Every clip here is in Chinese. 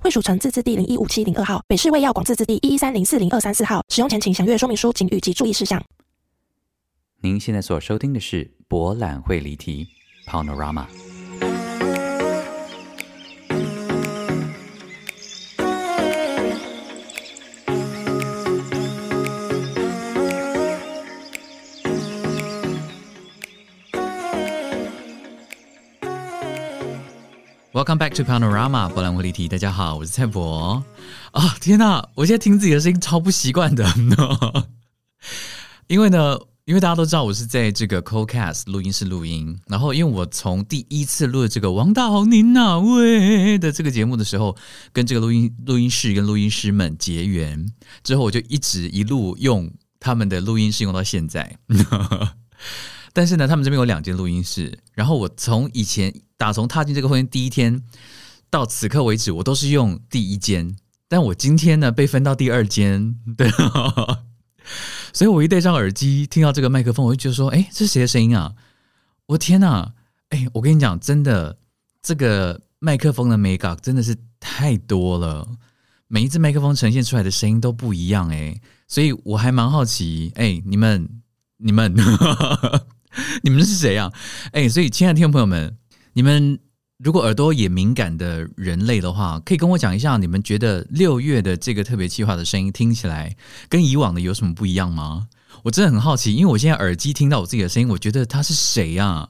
惠蜀城自治地零一五七零二号，北市卫药广自治地一一三零四零二三四号。使用前请详阅说明书请及注意事项。您现在所收听的是博览会离题 （Panorama）。Welcome back to Panorama 博览会离题。大家好，我是蔡博。啊、天哪！我现在听自己的声音超不习惯的， 因为呢，因为大家都知道我是在这个 Cocast 录音室录音，然后因为我从第一次录的这个王大豪您哪位的这个节目的时候，跟这个录音录音室跟录音师们结缘，之后我就一直一路用他们的录音室用到现在。 但是呢，他们这边有两间录音室，然后我从以前打从踏进这个婚姻第一天到此刻为止，我都是用第一间，但我今天呢被分到第二间，对、所以我一戴上耳机听到这个麦克风，我就觉得说，哎，这是谁的声音啊？我天呐！哎，我跟你讲，真的，这个麦克风的美感真的是太多了，每一只麦克风呈现出来的声音都不一样，哎，所以我还蛮好奇，哎，你们你们 你们是谁啊？哎、所以亲爱的听众朋友们，你们如果耳朵也敏感的人类的话，可以跟我讲一下，你们觉得六月的这个特别计划的声音听起来跟以往的有什么不一样吗？我真的很好奇，因为我现在耳机听到我自己的声音，我觉得他是谁啊？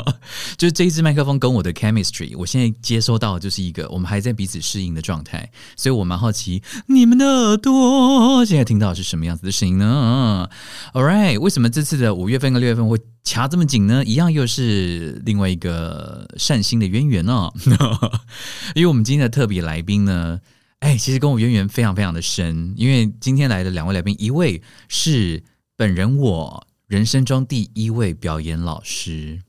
就是这一支麦克风跟我的 chemistry，我现在接收到的就是一个我们还在彼此适应的状态，所以我蛮好奇你们的耳朵现在听到的是什么样子的声音呢？All right，为什么这次的五月份跟六月份会卡这么紧呢？一样又是另外一个善心的渊源哦， 因为我们今天的特别来宾呢。哎，其实跟我渊源非常非常的深，因为今天来的两位来宾，一位是本人我人生中第一位表演老师，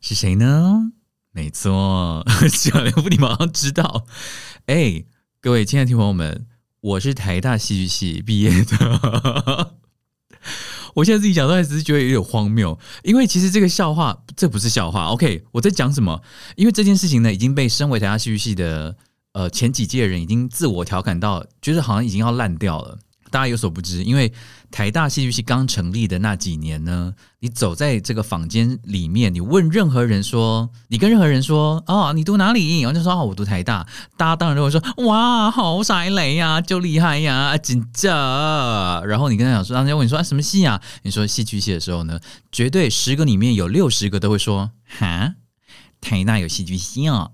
是谁呢？没错， 小莲不，你马上知道。哎，各位亲爱的听众朋友们，我是台大戏剧系毕业的。 我现在自己讲出来，只是觉得有点荒谬，因为其实这个笑话，这不是笑话。OK，我在讲什么？因为这件事情呢，已经被身为台大戏剧系的呃前几届人已经自我调侃到，觉得好像已经要烂掉了。大家有所不知，因为台大戏剧系刚成立的那几年呢，你走在这个坊间里面，你问任何人说，你跟任何人说，哦，你读哪里？然后就说，哦，我读台大。大家当然都会说，哇，好犀雷呀、就厉害呀、啊，紧这。然后你跟他讲说，人家问你说、啊、什么戏啊？你说戏剧系的时候呢，绝对十个里面有六十个都会说，哈，台大有戏剧系啊。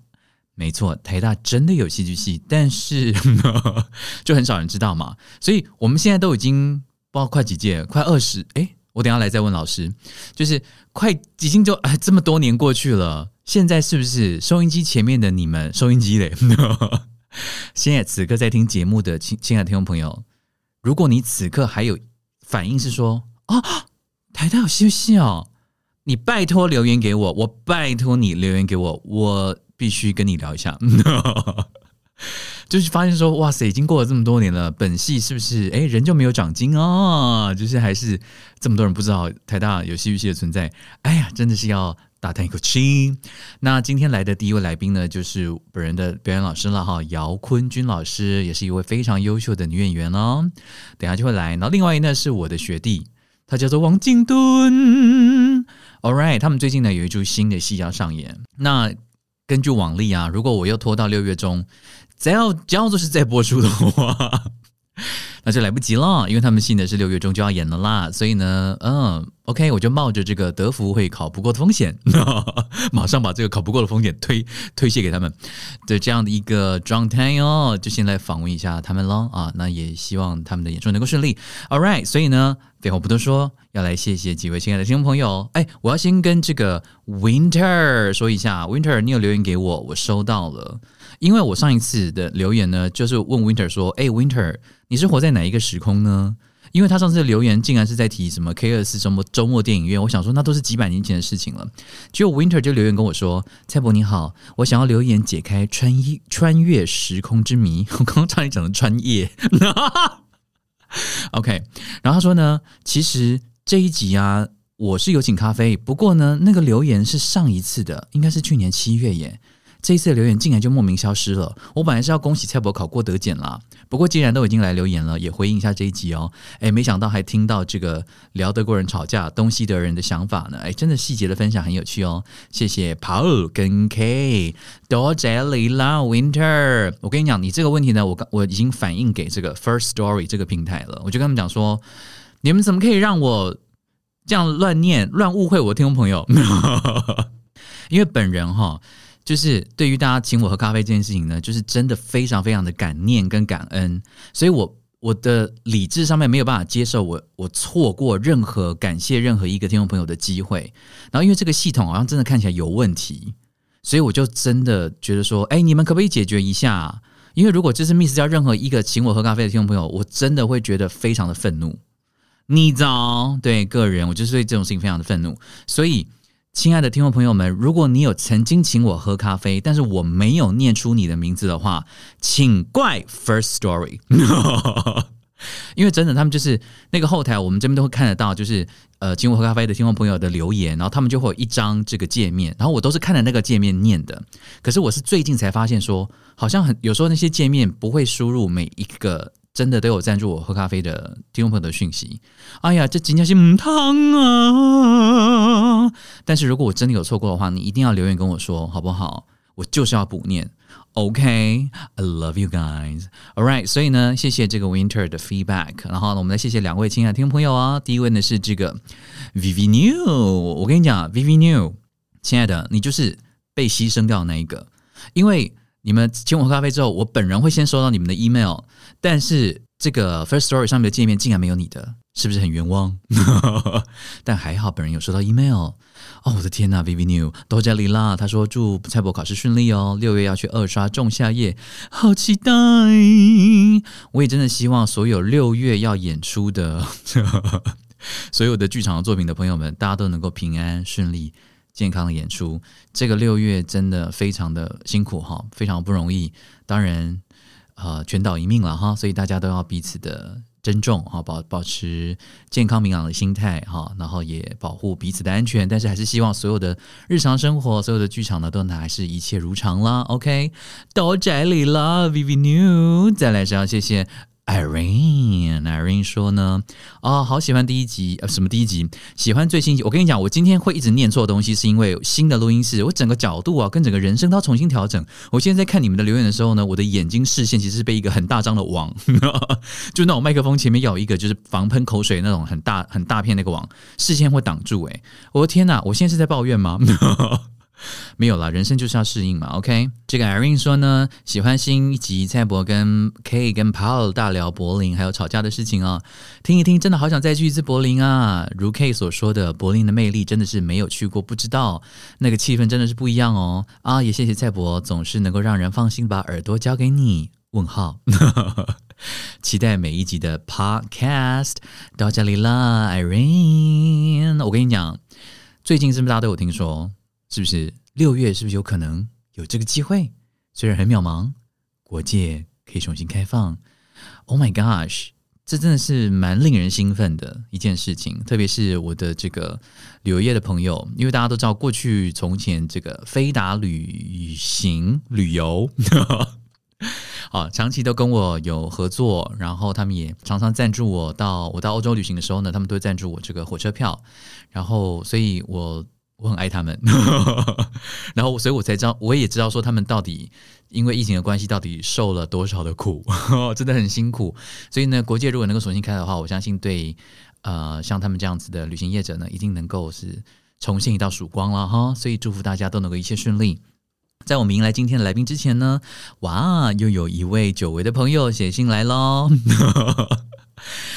没错，台大真的有戏剧系，但是 就很少人知道嘛。所以我们现在都已经不知道快几届，快二十。哎，我等一下来再问老师，就是快已经就哎这么多年过去了，现在是不是收音机前面的你们，收音机嘞？ 现在此刻在听节目的亲亲爱的听众朋友，如果你此刻还有反应是说啊，台大有戏剧系哦，你拜托留言给我，我拜托你留言给我，我必须跟你聊一下。 就是发现说，哇塞，已经过了这么多年了，本系是不是哎人就没有长进哦？就是还是这么多人不知道台大有戏剧系的存在，哎呀，真的是要大叹一口气。那今天来的第一位来宾呢，就是本人的表演老师了哈，姚坤君老师，也是一位非常优秀的女演员哦。等一下就会来，然后另外一呢是我的学弟，他叫做王静敦。All right，他们最近呢有一出新的戏要上演，那。根据往例啊，如果我又拖到六月中，只要只要就是在播出的话，那就来不及了，因为他们信的是六月中就要演了啦，所以呢，嗯，OK，我就冒着这个德福会考不过的风险， 马上把这个考不过的风险推推卸给他们的这样的一个状态哦，就先来访问一下他们喽啊，那也希望他们的演出能够顺利。All right，所以呢，废话不多说，要来谢谢几位亲爱的听众朋友。哎，我要先跟这个 Winter 说一下，Winter，你有留言给我，我收到了。因为我上一次的留言呢，就是问 Winter 说：“哎、w i n t e r 你是活在哪一个时空呢？”因为他上次的留言竟然是在提什么 K 二四周末周末电影院，我想说那都是几百年前的事情了。结果 Winter 就留言跟我说：“蔡伯你好，我想要留言解开穿衣穿越时空之谜。” 我刚刚差点讲成穿越。OK，然后他说呢，其实这一集啊，我是有请咖啡，不过呢，那个留言是上一次的，应该是去年七月耶。这一次的留言竟然就莫名消失了。我本来是要恭喜蔡伯考过德检啦，不过既然都已经来留言了，也回应一下这一集哦。哎，没想到还听到这个聊德国人吵架、东西德人的想法呢。哎，真的细节的分享很有趣哦。谢谢 Paul 跟 K，多谢你啦，Winter。我跟你讲，你这个问题呢，我刚我已经反映给这个 First Story 这个平台了。我就跟他们讲说，你们怎么可以让我这样乱念、乱误会我听众朋友？ 因为本人哈。就是对于大家请我喝咖啡这件事情呢，就是真的非常非常的感念跟感恩，所以我我的理智上面没有办法接受我我错过任何感谢任何一个听众朋友的机会，然后因为这个系统好像真的看起来有问题，所以我就真的觉得说，哎，你们可不可以解决一下？啊因为如果这次 miss 掉任何一个请我喝咖啡的听众朋友，我真的会觉得非常的愤怒。你早对个人，我就是对这种事情非常的愤怒，所以。亲爱的听众朋友们，如果你有曾经请我喝咖啡，但是我没有念出你的名字的话，请怪 First Story，因为真的他们就是那个后台，我们这边都会看得到，就是呃，请我喝咖啡的听众朋友的留言，然后他们就会有一张这个界面，然后我都是看着那个界面念的。可是我是最近才发现说，好像很有时候那些界面不会输入每一个真的都有赞助我喝咖啡的听众朋友的讯息。哎呀，这真的是母汤啊！但是如果我真的有错过的话，你一定要留言跟我说，好不好？我就是要补念。OK，I、love you guys. All right，所以呢，谢谢这个 Winter 的 feedback，然后呢，我们来谢谢两位亲爱的听众朋友啊。第一位呢是这个 Vivi New，我跟你讲，Vivi 啊 New，亲爱的，你就是被牺牲掉的那一个，因为你们请我喝咖啡之后，我本人会先收到你们的 email，但是这个 First Story 上面的界面竟然没有你的，是不是很冤枉？ 但还好本人有收到 email。哦，我的天呐 v i v i New 都在里啦。他说祝蔡博考试顺利哦，六月要去二刷《仲夏夜》，好期待！我也真的希望所有六月要演出的 所有的剧场作品的朋友们，大家都能够平安顺利。健康的演出，这个六月真的非常的辛苦哈，非常不容易。当然，呃，全岛一命了哈，所以大家都要彼此的珍重哈，保保持健康明朗的心态哈，然后也保护彼此的安全。但是还是希望所有的日常生活、所有的剧场呢，都能还是一切如常啦。OK，到宅里啦，Vivi New，再来是要谢谢。Irene，Irene 说呢，啊、好喜欢第一集，呃，什么第一集？喜欢最新一集。我跟你讲，我今天会一直念错东西，是因为新的录音室，我整个角度啊，跟整个人生都要重新调整。我现在在看你们的留言的时候呢，我的眼睛视线其实是被一个很大张的网， 就那种麦克风前面有一个就是防喷口水那种很大很大片那个网，视线会挡住、欸。诶，我的天哪，我现在是在抱怨吗？ 没有啦，人生就是要适应嘛。OK，这个 Irene 说呢，喜欢新一集蔡博跟 K 跟 Paul 大聊柏林还有吵架的事情哦，听一听，真的好想再去一次柏林啊！如 K 所说的，柏林的魅力真的是没有去过不知道，那个气氛真的是不一样哦。啊，也谢谢蔡博，总是能够让人放心把耳朵交给你。问号。 期待每一集的 Podcast 到这里啦，Irene。我跟你讲，最近是不是大家都有听说？是不是六月是不是有可能有这个机会？虽然很渺茫，国界可以重新开放。Oh my gosh！这真的是蛮令人兴奋的一件事情，特别是我的这个旅游业的朋友，因为大家都知道，过去从前这个飞达旅行旅游， 啊，长期都跟我有合作，然后他们也常常赞助我到我到欧洲旅行的时候呢，他们都会赞助我这个火车票，然后所以我我很爱他们， 然后所以我才知道，我也知道说他们到底因为疫情的关系，到底受了多少的苦， 真的很辛苦。所以呢，国界如果能够重新开的话，我相信对呃像他们这样子的旅行业者呢，一定能够是重现一道曙光了哈。所以祝福大家都能够一切顺利。在我们迎来今天的来宾之前呢，哇，又有一位久违的朋友写信来喽。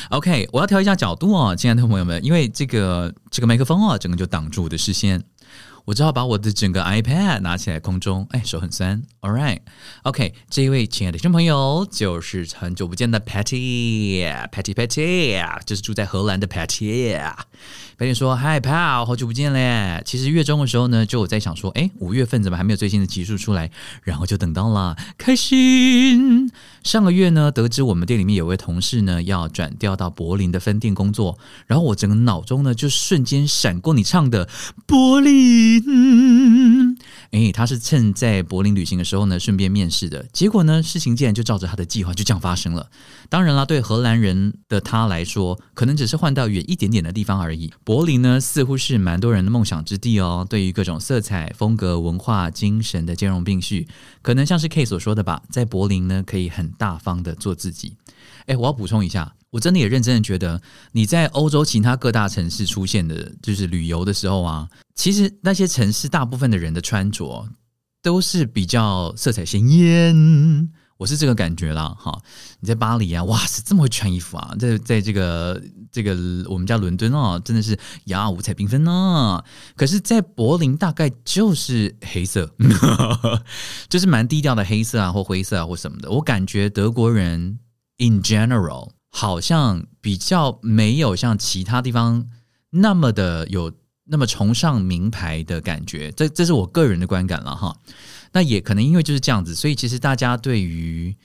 OK，我要调一下角度哦，亲爱的朋友们，因为这个这个麦克风哦，整个就挡住我的视线。我只好把我的整个 iPad 拿起来空中，哎，手很酸。All right, OK，这一位亲爱的听众朋友就是很久不见的 Patty，Patty Patty，就是住在荷兰的 Patty。Patty 说：“嗨，pal，好久不见嘞！其实月中的时候呢，就有在想说，哎，五月份怎么还没有最新的集数出来？然后就等到了，开心。上个月呢，得知我们店里面有位同事呢要转调到柏林的分店工作，然后我整个脑中呢就瞬间闪过你唱的《柏林》。哎，他是趁在柏林旅行的时候呢，顺便面试的。结果呢，事情竟然就照着他的计划就这样发生了。当然啦，对荷兰人的他来说，可能只是换到远一点点的地方而已。柏林呢，似乎是蛮多人的梦想之地哦。对于各种色彩、风格、文化、精神的兼容并蓄，可能像是 K 所说的吧，在柏林呢，可以很大方的做自己。哎，我要补充一下，我真的也认真的觉得，你在欧洲其他各大城市出现的，就是旅游的时候啊，其实那些城市大部分的人的穿着都是比较色彩鲜艳，我是这个感觉啦。哈，你在巴黎啊，哇塞，这么会穿衣服啊，在在这个这个我们家伦敦啊，真的是呀五彩缤纷啊。可是，在柏林大概就是黑色， 就是蛮低调的黑色啊，或灰色啊，或什么的。我感觉德国人 in general 好像比较没有像其他地方那么的有那么崇尚名牌的感觉，这这是我个人的观感了哈。那也可能因为就是这样子，所以其实大家对于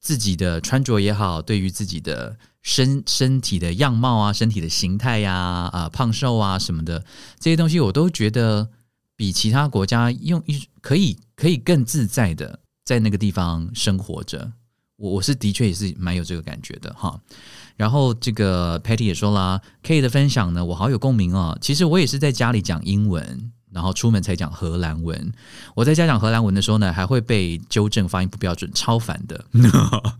自己的穿着也好，对于自己的身身体的样貌啊、身体的形态呀、啊、呃胖瘦啊什么的这些东西，我都觉得比其他国家用一可以可以更自在的在那个地方生活着。我我是的确也是蛮有这个感觉的哈。然后这个 Patty 也说啦，K 的分享呢，我好有共鸣哦。其实我也是在家里讲英文，然后出门才讲荷兰文。我在家讲荷兰文的时候呢，还会被纠正发音不标准，超烦的。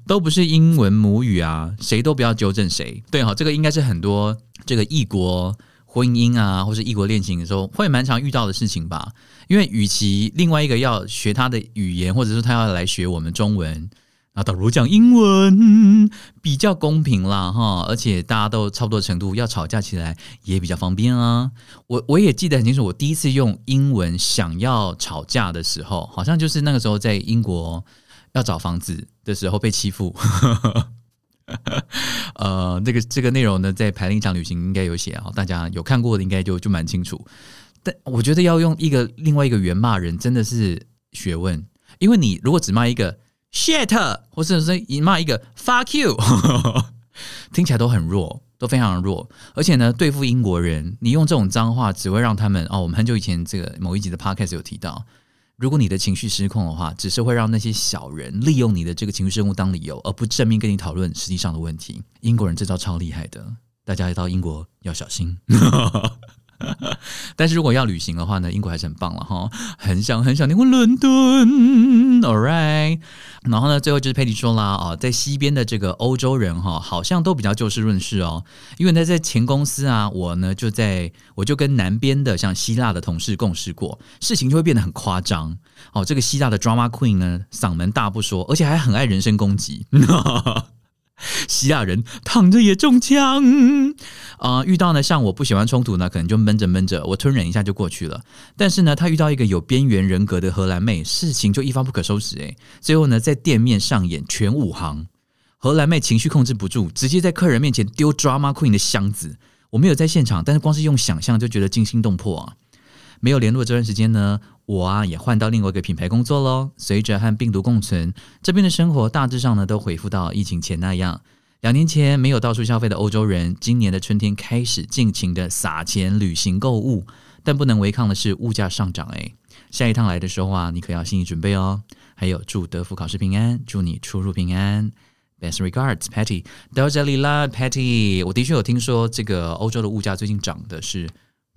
都不是英文母语啊，谁都不要纠正谁。对哈、这个应该是很多这个异国。婚姻啊，或是异国恋情的时候，会蛮常遇到的事情吧。因为与其另外一个要学他的语言，或者是他要来学我们中文，那倒如讲英文比较公平啦，哈，而且大家都差不多程度，要吵架起来也比较方便啊。我我也记得很清楚，我第一次用英文想要吵架的时候，好像就是那个时候在英国要找房子的时候被欺负。呃，这个这个内容呢，在排练一场旅行应该有写啊，大家有看过的应该就就蛮清楚。但我觉得要用一个另外一个原骂人，真的是学问，因为你如果只骂一个 shit，或者是你骂一个 fuck you，听起来都很弱，都非常弱。而且呢，对付英国人，你用这种脏话，只会让他们哦。我们很久以前这个某一集的 podcast 有提到，如果你的情绪失控的话，只是会让那些小人利用你的这个情绪失控当理由，而不正面跟你讨论实际上的问题。英国人这招超厉害的，大家到英国要小 心。但是如果要旅行的话呢，英国还是很棒了哈，很想很想念过伦敦，All right。然后呢，最后就是佩蒂说啦，哦，在西边的这个欧洲人哈、好像都比较就事论事哦。因为呢，在前公司啊，我呢就在我就跟南边的像希腊的同事共事过，事情就会变得很夸张。哦，这个希腊的 drama queen 呢，嗓门大不说，而且还很爱人身攻击。 希腊人躺着也中枪啊、遇到呢，像我不喜欢冲突呢，可能就闷着闷着，我吞忍一下就过去了。但是呢，他遇到一个有边缘人格的荷兰妹，事情就一发不可收拾诶，最后呢，在店面上演全武行，荷兰妹情绪控制不住，直接在客人面前丢 drama queen 的箱子。我没有在现场，但是光是用想象就觉得惊心动魄啊！没有联络这段时间呢，我啊也换到另外一个品牌工作喽。随着和病毒共存，这边的生活大致上呢都恢复到疫情前那样。两年前没有到处消费的欧洲人，今年的春天开始尽情的撒钱旅行购物，但不能违抗的是物价上涨。哎，下一趟来的时候啊，你可要心理准备哦。还有，祝德福考试平安，祝你出入平安。Best regards, Patty。到这里啦，Patty。我的确有听说这个欧洲的物价最近涨的是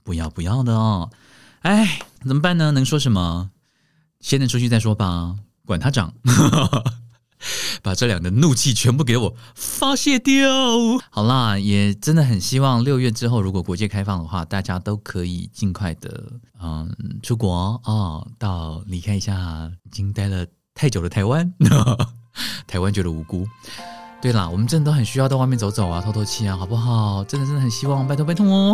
不要不要的哦。哎，怎么办呢？能说什么？先等出去再说吧，管它涨。 把这两的怒气全部给我发泄掉。好啦，也真的很希望六月之后，如果国界开放的话，大家都可以尽快的嗯出国哦，到离 开一下已经待了太久的台湾，台湾觉得无辜。对啦，我们真的都很需要到外面走走啊，透透气啊，好不好？真的真的很希望，拜托拜托哦。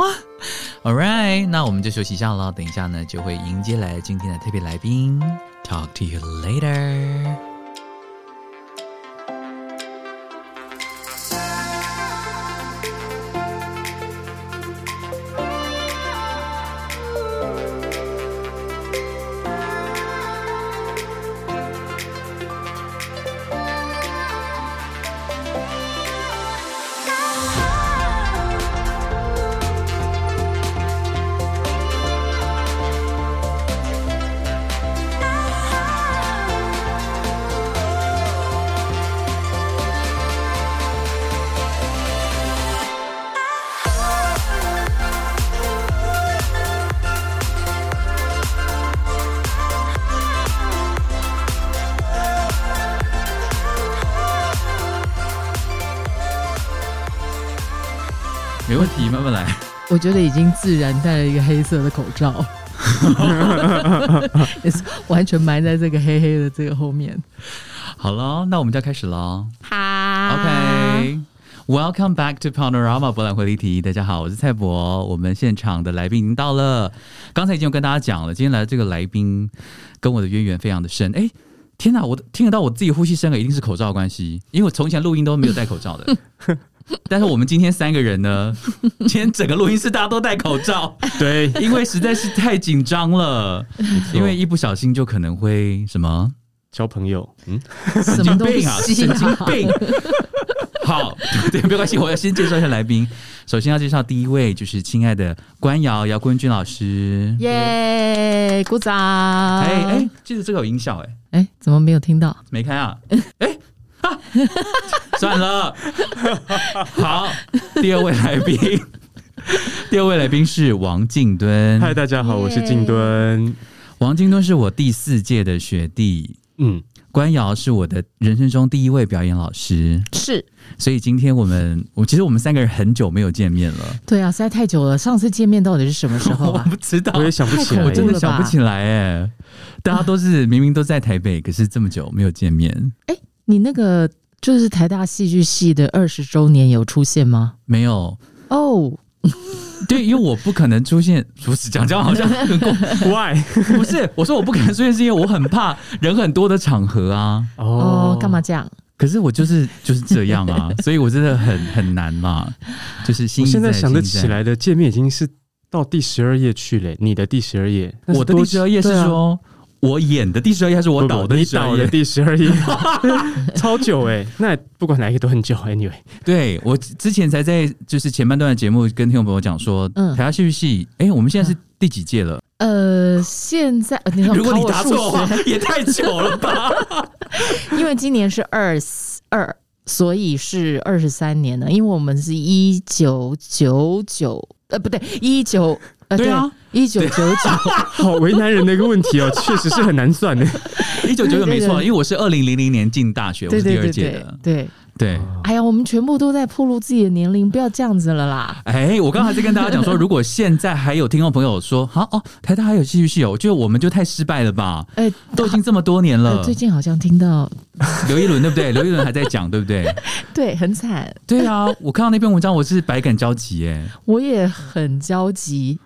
All right，那我们就休息一下了，等一下呢就会迎接来今天的特别来宾。Talk to you later。没问题，慢慢来。我觉得已经自然戴了一个黑色的口 罩，也是完全埋在这个黑黑的这个后面。好了，那我们就要开始了。好，OK。Welcome back to Panorama 博览会立体。大家好，我是蔡博。我们现场的来宾已经到了，刚才已经有跟大家讲了，今天来的这个来宾跟我的渊源非常的深。哎，天哪，我都听得到我自己呼吸声了，一定是口罩的关系，因为我从前录音都没有戴口罩的。但是我们今天三个人呢，今天整个录音室大家都戴口罩，对，因为实在是太紧张了，因为一不小心就可能会什么交朋友，嗯，什神么经东病啊，西神经啊？病。好，对，没关系，我要先介绍一下来宾。首先要介绍第一位就是亲爱的关瑶姚坤君老师。耶，鼓掌！哎哎哎，记得这个有音效哎，哎，怎么没有听到？没开啊？哎，啊算了。好，第二位来宾， 第二位来宾是王静敦。嗨，大家好，我是静敦，王静敦是我第四届的学弟，嗯，关瑶是我的人生中第一位表演老师，是所以今天我们，我其实我们三个人很久没有见面了，对啊，实在太久了。上次见面到底是什么时候 我啊？不知道我，也想不太起来，恐我怖真了的想不起来哎，大家都是明明都在台北，可是这么久没有见面，你那个就是台大戏剧系的二十周年有出现吗？没有，哦，对，因为我不可能出现， 不是讲这样好 像很过， why 不是，我说我不可能出现是因为我很怕人很多的场合啊，哦，干嘛？这样？可是我就是就是这样 啊，所以我真的很很难啦，就是心我意现在在想得心意起在来的界面已经是到第十二页去了，你的第十二页，那是我的多第十二页是对啊说、我演的第十二页，还是我不不导的你第十二导的页？第十二页， 超久哎、那不管哪一个都很久，anyway，对我之前才在就是前半段的节目跟听众朋友讲说，嗯台大戏剧系，哎、我们现在是第几届了？呃，现在呃你要如果考你我答数错的话学，， 也太久了吧？ 因为今年是二二，所以是二十三年了。因为我们是一九九九，呃，不对，一九呃，对啊，一九九九，好为难人的一个 问题哦，确实是很难算的。 一九九九没对对错，对因为我是二零零零年进大学，我对是第对二对届对的。对。对，哎呀，我们全部都在暴露自己的年龄，不要这样子了啦。哎、我刚才在跟大家讲说，如果现在还有听众朋友说， 好、哦，台大还有戏剧系哦，我觉得我们就太失败了 吧？哎、都已经这么多年 呃了，最近好像听到，刘一伦对不对？ 刘一伦还在讲对不对？对，很惨，对啊，我看到那篇文章，我是百感交集哎。我也很焦急。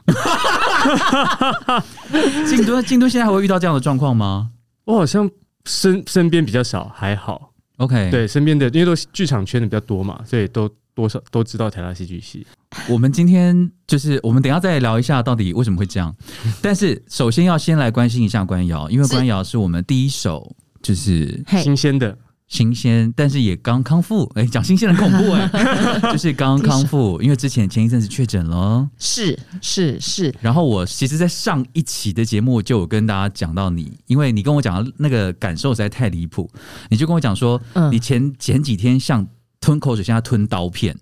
京都，京都现在还会遇到这样的状况吗我好像身身边比较少，还好， ？OK，，对身边的，因为都是剧场圈的比较多嘛，所以都多少都知道台大戏剧系。我们今天就是我们等一下再聊一下到底为什么会这样，但是首先要先来关心一下官窑，因为官窑是我们第一手。就是嘿，新鲜的，新鲜，但是也刚康复。哎、讲新鲜很恐怖哎、就是刚康复，因为之前前一阵子确诊了。是是是，然后我其实，在上一期的节目就有跟大家讲到你，因为你跟我讲的那个感受实在太离谱，你就跟我讲说，嗯你前前几天像吞口水，像在吞刀片，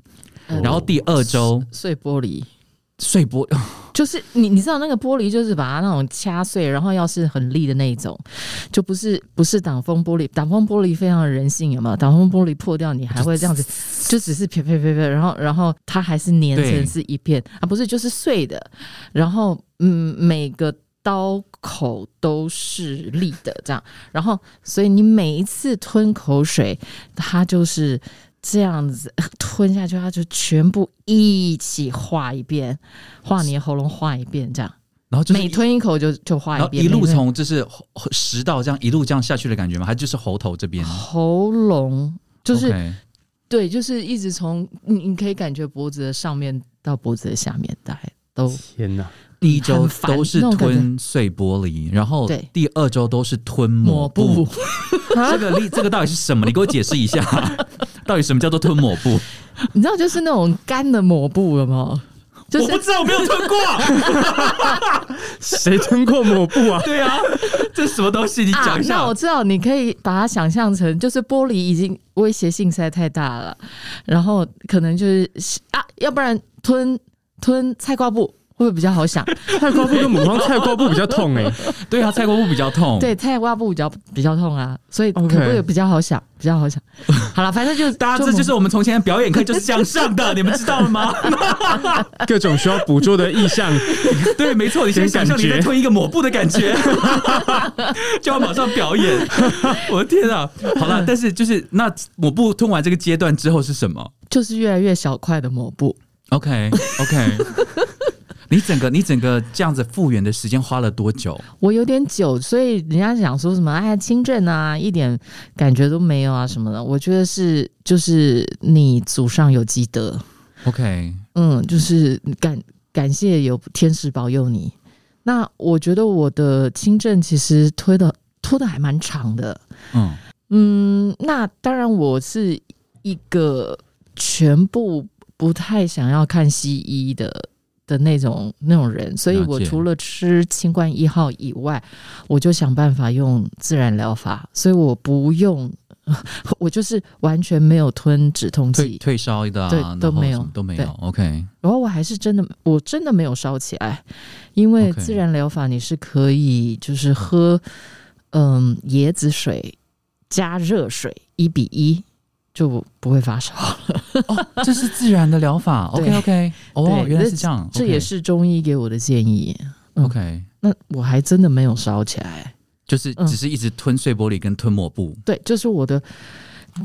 嗯然后第二周碎玻璃。碎玻，就是你，你知道那个玻璃，就是把它那种掐碎，然后要是很利的那一种，就不是不是挡风玻璃，挡风玻璃非常人性，有没有？挡风玻璃破掉，你还会这样子，就只是撇撇撇撇，然后然后它还是粘对成是一片啊，不是就是碎的，然后嗯，每个刀口都是利的这样，然后所以你每一次吞口水，它就是这样子吞下去，它就全部一起化一遍，化你的喉咙化一遍，这样 然后就是每吞一口就就化然一后遍，一路每吞从就是喉食道这样一路这样下去的感觉吗？还就是喉头这边？喉咙，就是 OK 对，就是一直从你你可以感觉脖子的上面到脖子的下面，大概都天哪，第一周很烦都是那种感觉吞碎玻璃，然后对第二周都是吞抹抹布布。 啊这个例这个到底是什么？你给我解释一下，到底什么叫做吞抹布？你知道，就是那种干的抹布了吗？就是我不知道，我没有吞 过。谁吞过抹布 啊？对啊，这是什么东西？你啊讲一，下。那我知道，你可以把它想象成，就是玻璃已经威胁性实在太大了，然后可能就是啊，要不然吞吞菜瓜布会不会比较好想？菜瓜布跟母方菜瓜布比较痛哎、对啊，菜瓜布比较痛。对，，菜瓜布比较比较痛啊，所以可 OK 不可以比较好想比较 好想？好了，反正就大家这就是我们从前的表演课就是这样上的，你们知道了吗？各种需要捕捉的意 象，对，没错，你先想象你在吞一个抹布的感 觉，就要马上表演。 我的天啊！好 了，但是就是那抹布吞完这个阶段之后是什么就是越来越小块的抹布， ？OK OK，你整个你整个这样子复原的时间花了多久？我有点久，所以人家讲说什么哎轻症啊，一点感觉都没有啊什么的，我觉得是就是你祖上有积德。 OK，嗯，就是感感谢有天使保佑你。那我觉得我的轻症其实推的拖的还蛮长的。嗯，嗯，那当然我是一个全部不太想要看西医的。的那种那种人，所以了解我除了吃清冠一号以外，我就想办法用自然疗法，所以我不用， 我就是完全没有吞止痛退剂，退烧的、啊，对然后都没有什么都没对有。OK，然后我还是真的，我真的没有烧起来，因为 OK 自然疗法你是可以就是喝，嗯，椰子水加热水一比一，就不会发烧。啊这是自然的疗法。对 OK OK，哦，对原来是这样，这也 OK 是嗯中医给我的建议。 OK，那我还真的没有烧起来，就是嗯只是一直吞碎玻璃跟吞抹布。对，就是我的。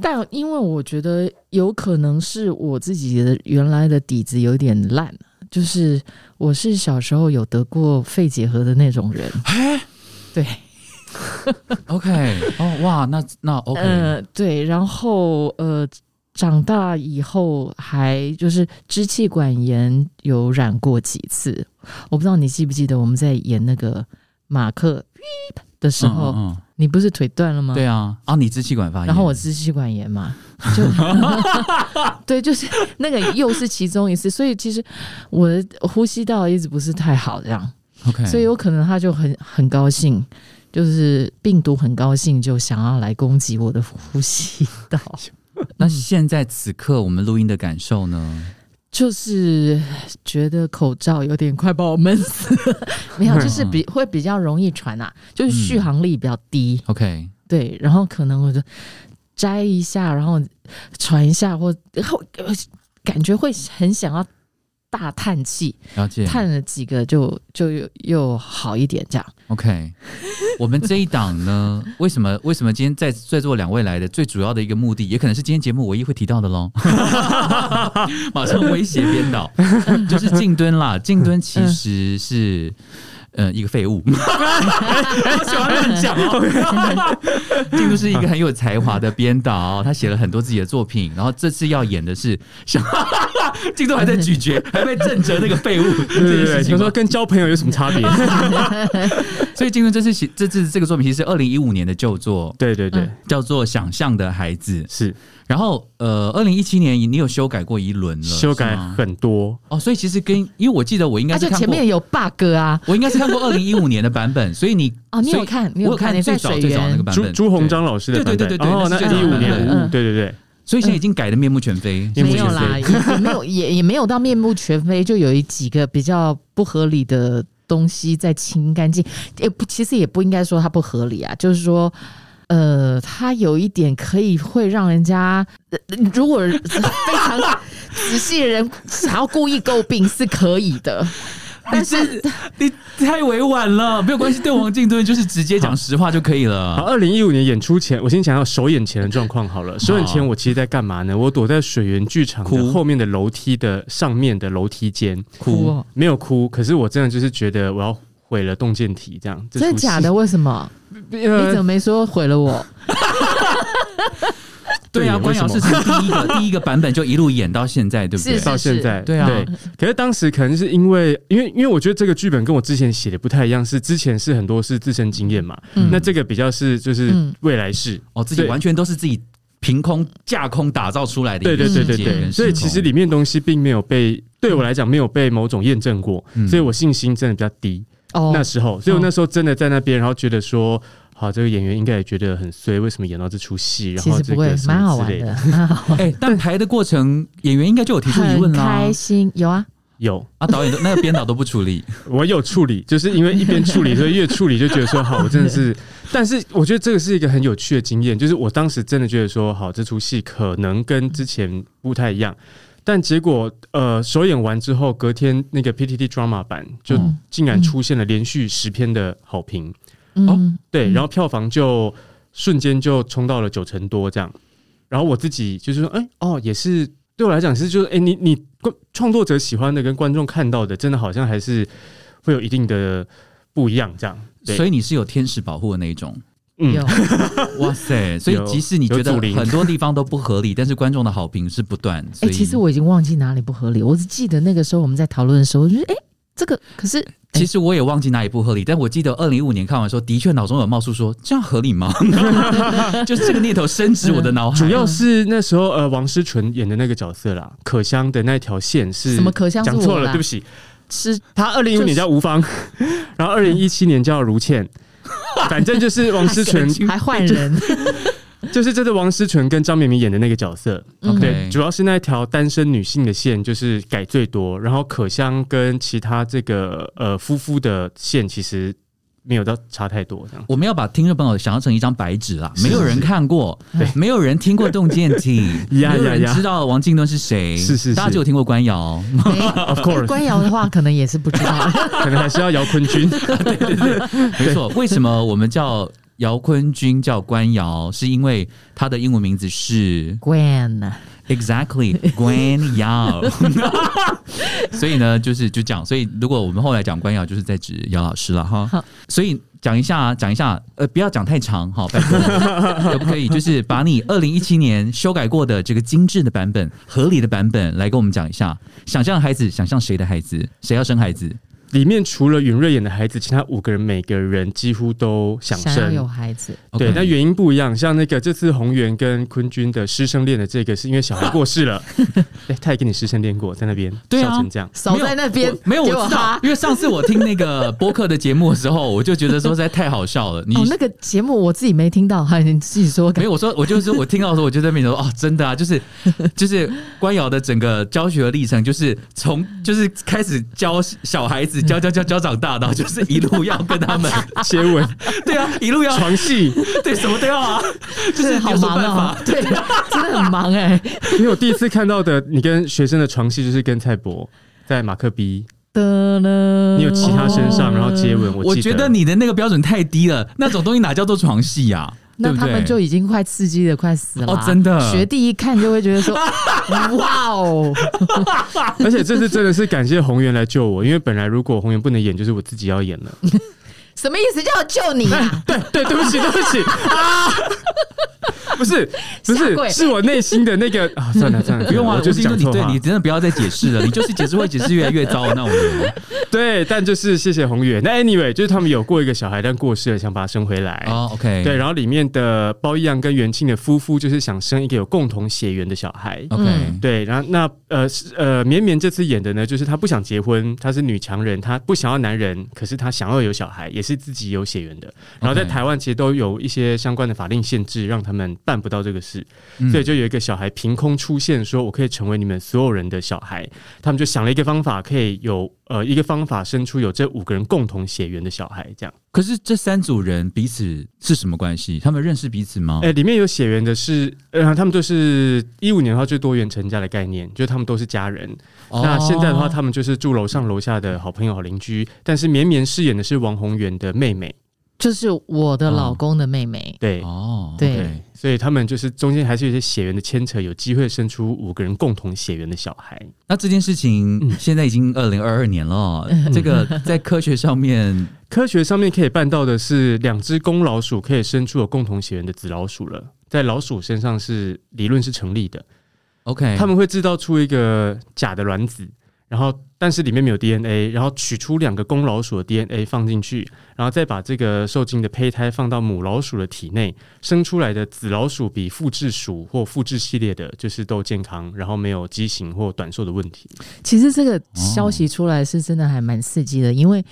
但因为我觉得有可能是我自己的原来的底子有点烂，就是我是小时候有得过肺结核的那种人，哎对。 OK，哦哇，那那 OK，、呃，对，然后呃，长大以后还就是支气管炎有染过几次，我不知道你记不记得我们在演那个马克的时候，嗯嗯你不是腿断了吗？嗯对啊，啊，你支气管发炎，然后我支气管炎嘛， 就对，就是那个又是其中一次，所以其实我的呼吸道一直不是太好，这样， OK，所以有可能他就很很高兴，就是病毒很高兴，就想要来攻击我的呼吸 道，嗯那现在此刻我们录音的感受呢？就是觉得口罩有点快把我闷死了，没有，就是比嗯会比较容易传啊，就是续航力比较低， OK，对，然后可能我就摘一下，然后传一下，或然后呃感觉会很想要大叹气，了解。叹了几个就就又又好一点这样。 OK，我们这一档 呢，为什么为什么今天在在座两位来的最主要的一个目的，也可能是今天节目唯一会提到的 喽。马上威胁编 导，就是静蹲啦。静蹲其实是。呃，一个废 物，我喜欢乱讲哦。 静蹲是一个很有才华的编导，他写了很多自己的作品，然后这次要演的是， 静蹲还在咀嚼，还被震着那个废物对这件对对，事情他吗。说跟交朋友有什 么差别？所以金庸这次写这次这个作品其实是二零一五年的旧作，对对对，叫做《想象的孩子》。是然后呃，二零一七年你有修改过一轮了，修改是吗很多，哦，所以其实跟因为我记得我应那、该啊就是看前过，面有 bug 啊，我应该是看过二零一五年的版 本，所以你哦你有所以看你有我有看看你在最早水最早源那个版朱本，朱鸿对，章老师的版对本，对对对哦，那那是一最早五的嗯年版本五五，对对对，所以现在已经改的面目全非。面目没全有啦，非也也没有也也没有到面目全非，就有一几个比较不合理的东西在清干净。也不，其实也不应该说它不合理啊，就是说。呃，它有一点可以会让人家，呃如果 非常仔细的人想要故意诟病是可以的，你真你太委婉了，没有关系。对王静敦就是直接讲实话就可以好，了。二零一五年演出前，我先讲到首演前的状况好了。首演前我其实在干嘛呢？我躲在水源剧场哭的后面的楼梯的上面的楼梯间，哭哦，没有哭，可是我真的就是觉得我要毁了洞见体这样。这出真的假的？戏？为什么？你呃怎么没说毁了我？对啊，对为关什瑶么是从第一个第一个版本就一路演到现在，对不对是？到现在，对啊可是当时可能是因为，因为因为我觉得这个剧本跟我之前写的不太一样，是之前是很多是自身经验嘛，嗯那这个比较是就是嗯未来式。哦，自己对完全都是自己凭空架空打造出来的对一个对对世对界跟时对，空，所以其实里面东西并没有被对我来讲没有被某种验证过，嗯所以我信心真的比较低。哦那时候，所以我那时候真的在那边，然后觉得说，好，这个演员应该也觉得很衰，为什么演到这出戏？然其后实这不个会，什蛮好么玩之类的，蛮好玩。哎，但排的过程演员应该就有提出疑问很啦开，心，有啊，有，啊，导演都那个编导都不处理，我有处理，就是因为一边处理，所以越处理就觉得说好，我真的是。 但是我觉得这个是一个很有趣的经验，就是我当时真的觉得说好，这出戏可能跟之前不太一样。但结果，呃，首演完之后，隔天那个 PTT Drama 版就嗯竟然出现了连续十篇的好评，哦嗯，对，然后票房就瞬间就冲到了九成多这样。然后我自己就是说，哎、哦，也是对我来讲是就是，哎、你你观创作者喜欢的跟观众看到的，真的好像还是会有一定的不一样这样。 对，所以以你是有天使保护的那一种。有嗯，哇塞！所以有即使你觉得有阻力很多地方都不合理，但是观众的好评是不断。哎、所以其实我已经忘记哪里不合理，我只记得那个时候我们在讨论的时候，我就觉得哎、这个可是其实我也忘记哪里不合理，但我记得二零一五年看完的时候，的确脑中有冒出说这样合理吗？ 就是这个念头深植我的脑海。主要是那时候呃，王诗纯演的那个角色啦，可香的那条线是什么可香是讲我错了，啦对不起，吃他二零一五年叫吴芳，然后二零一七年叫如 倩，反正就是哦王诗纯，还换 人，就是这是王诗纯跟张绵绵演的那个角色。嗯 OK 对，主要是那一条单身女性的线就是改最多，然后可香跟其他这个呃夫妇的线其实没有到差太多这样。我们要把听众朋友想象成一张白纸啦，没有人看过，没有人听过洞见体，没 呀有呀人呀知道王静敦是谁，是是是大家只有听过官瑶。 Of course，官窑的话可能也是不知道，可能还是要姚坤君。 没错，为什么我们叫姚坤君叫官瑶？是因为他的英文名字是官 Exactly Gwen Yao，所以呢，就是就讲，所以如果我们后来讲关瑶，就是在指姚老师了哈好。所以讲一下，讲一下，呃，不要讲太长哈，拜托， 可不可以？就是把你二零一七年修改过的这个精致的版本、合理的版本来跟我们讲一下。想象孩子，想象谁的孩子？谁要生孩子？里面除了允瑞演的孩子，其他五个人每个人几乎都想想要有生。孩子，对 OK 但原因不一样。像那个这次宏源跟坤君的师生恋的这个，是因为小孩过世了，哎，他也跟你师生恋过，在那边对啊笑成这样。少在那边没有我给没有，我知道哈，。因为上次我听那个播客的节目的时候，我就觉得说实在太好笑了。你哦，那个节目我自己没听到，还你自己说，没有，我说我就是我听到的时候，我就在那边说哦，真的啊，就是 就是官瑶的整个教学历程，就是从就是开始教小孩子教教教教长大，然后 就是一路要跟他 们，接吻、对啊，一路要 床戏，对什么都要啊，就是好有什么忙办哦法？， 对，真的很忙哎、 因为我第一次看到的你跟学生的床戏，就是跟蔡博在马克笔，的呢，你有骑他身上，然后哦接吻。嗯我记觉得你的那个标准太低了，那种东西哪叫做床戏呀、 对那不他们就对？已经快刺激的快死了、哦真的学弟一看就会觉得说， 哇哦，而且这次真的是感谢宏源来救我，因为本来如果宏源不能演，就是我自己 要演了。什么意思？叫我救你啊？对对，对不起，对不起啊！不是不下跪是，是我内心的那个啊，算了算了， 不用啊，我我就是听说讲你错对话你。真的不要再解释 了，你就是解释会解释越来越糟的那种人。对，但就是谢谢宏源。那 anyway，就是他们有过一个小孩，但过世了，想把他生回来。哦，OK， 对，然后里面的包奕阳跟袁庆的夫妇就是想生一个有共同血缘的小孩。 ，OK，、嗯对，然后那呃是呃，绵绵这次演的呢，就是她不想结婚，她是女强人，她不想要男人，可是她想要有小孩，也是自己有血缘的。然后在 OK 台湾其实都有一些相关的法令限限制，让他们办不到这个事。嗯所以就有一个小孩凭空出现，说我可以成为你们所有人的小孩。他们就想了一个方法，可以有呃一个方法生出有这五个人共同血缘的小孩，这样。可是这三组人彼此是什么关系？他们认识彼此吗？哎、里面有血缘的是，呃，他们就是一五年的话，就是多元成家的概念，就是他们都是家人。哦那现在的话，他们就是住楼上楼下的好朋友、好邻居。但是绵绵饰演的是王宏源的妹妹，就是我的老公的妹妹，对，哦，对 OK 所以他们就是中间还是有一些血缘的牵扯，有机会生出五个人共同血缘的小孩。那这件事情现在已经二零二二年了，这个在科学上面，科学上面可以办到的是，两只公老鼠可以生出有共同血缘的子老鼠了，在老鼠身上是理论是成立的。 OK，他们会制造出一个假的卵子，然后但是里面没有 DNA，然后取出两个公老鼠的 DNA 放进去，然后再把这个受精的胚胎放到母老鼠的体内，生出来的子老鼠比复制鼠或复制系列的，就是都健康，然后没有畸形或短寿的问题。其实这个消息出来是真的还蛮刺激的，因为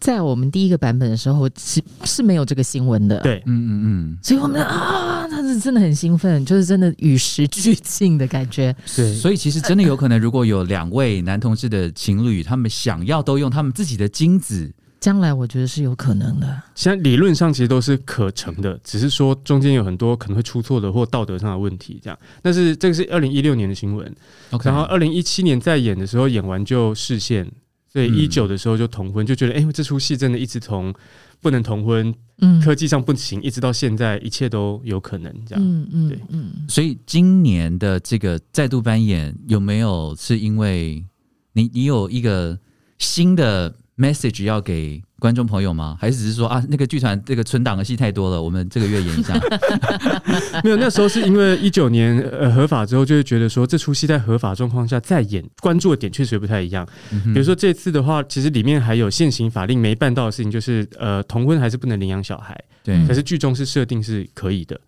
在我们第一个版本的时候是是没有这个新闻的，对，嗯嗯所以我们啊，他是真的很兴奋，就是真的与时俱进的感觉。嗯，所以其实真的有可能，如果有两位男同志的情侣，他们想要都用他们自己的精子，将来我觉得是有可能的，现在理论上其实都是可成的，只是说中间有很多可能会出错的或道德上的问题，这样。但是这个是二零一六年的新闻， OK，然后二零一七年在演的时候，演完就视线，所以嗯一九的时候就同婚，就觉得哎、这出戏真的一直从不能同婚，嗯科技上不行，一直到现在一切都有可能这样。嗯嗯对嗯，所以今年的这个再度扮演有没有是因为你你有一个新的 message 要给观众朋友吗？还是只是说啊，那个剧团这个存档的戏太多了，我们这个月 演一下？没有，那时候是因为一九年呃合法之后，就会觉得说这出戏在合法状况下再演，关注的点确实不太一样。嗯比如说这次的话，其实里面还有现行法令没办到的事情，就是呃同婚还是不能领养小孩，对可，是剧中是设定是可以的。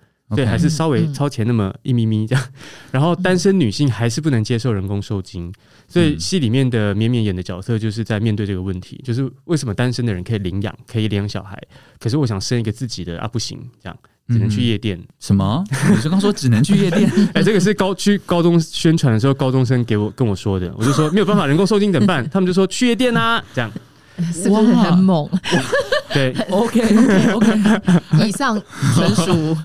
OK 对，还是稍微嗯超前那么一咪咪这样。然后单身女性还是不能接受人工受精，所以嗯戏里面的绵绵演的角色就是在面对这个问题，就是为什么单身的人可以领养，可以领养小孩，可是我想生一个自己的啊，不行，这样只能去夜店。什么？你是刚说只能去夜 店？ 哎、这个是高去高中宣传的时候，高中生给我跟我说的，我就说没有办法，人工受精怎么办？他们就说去夜店啊，这样是不是很猛？对， OK OK OK，以上纯属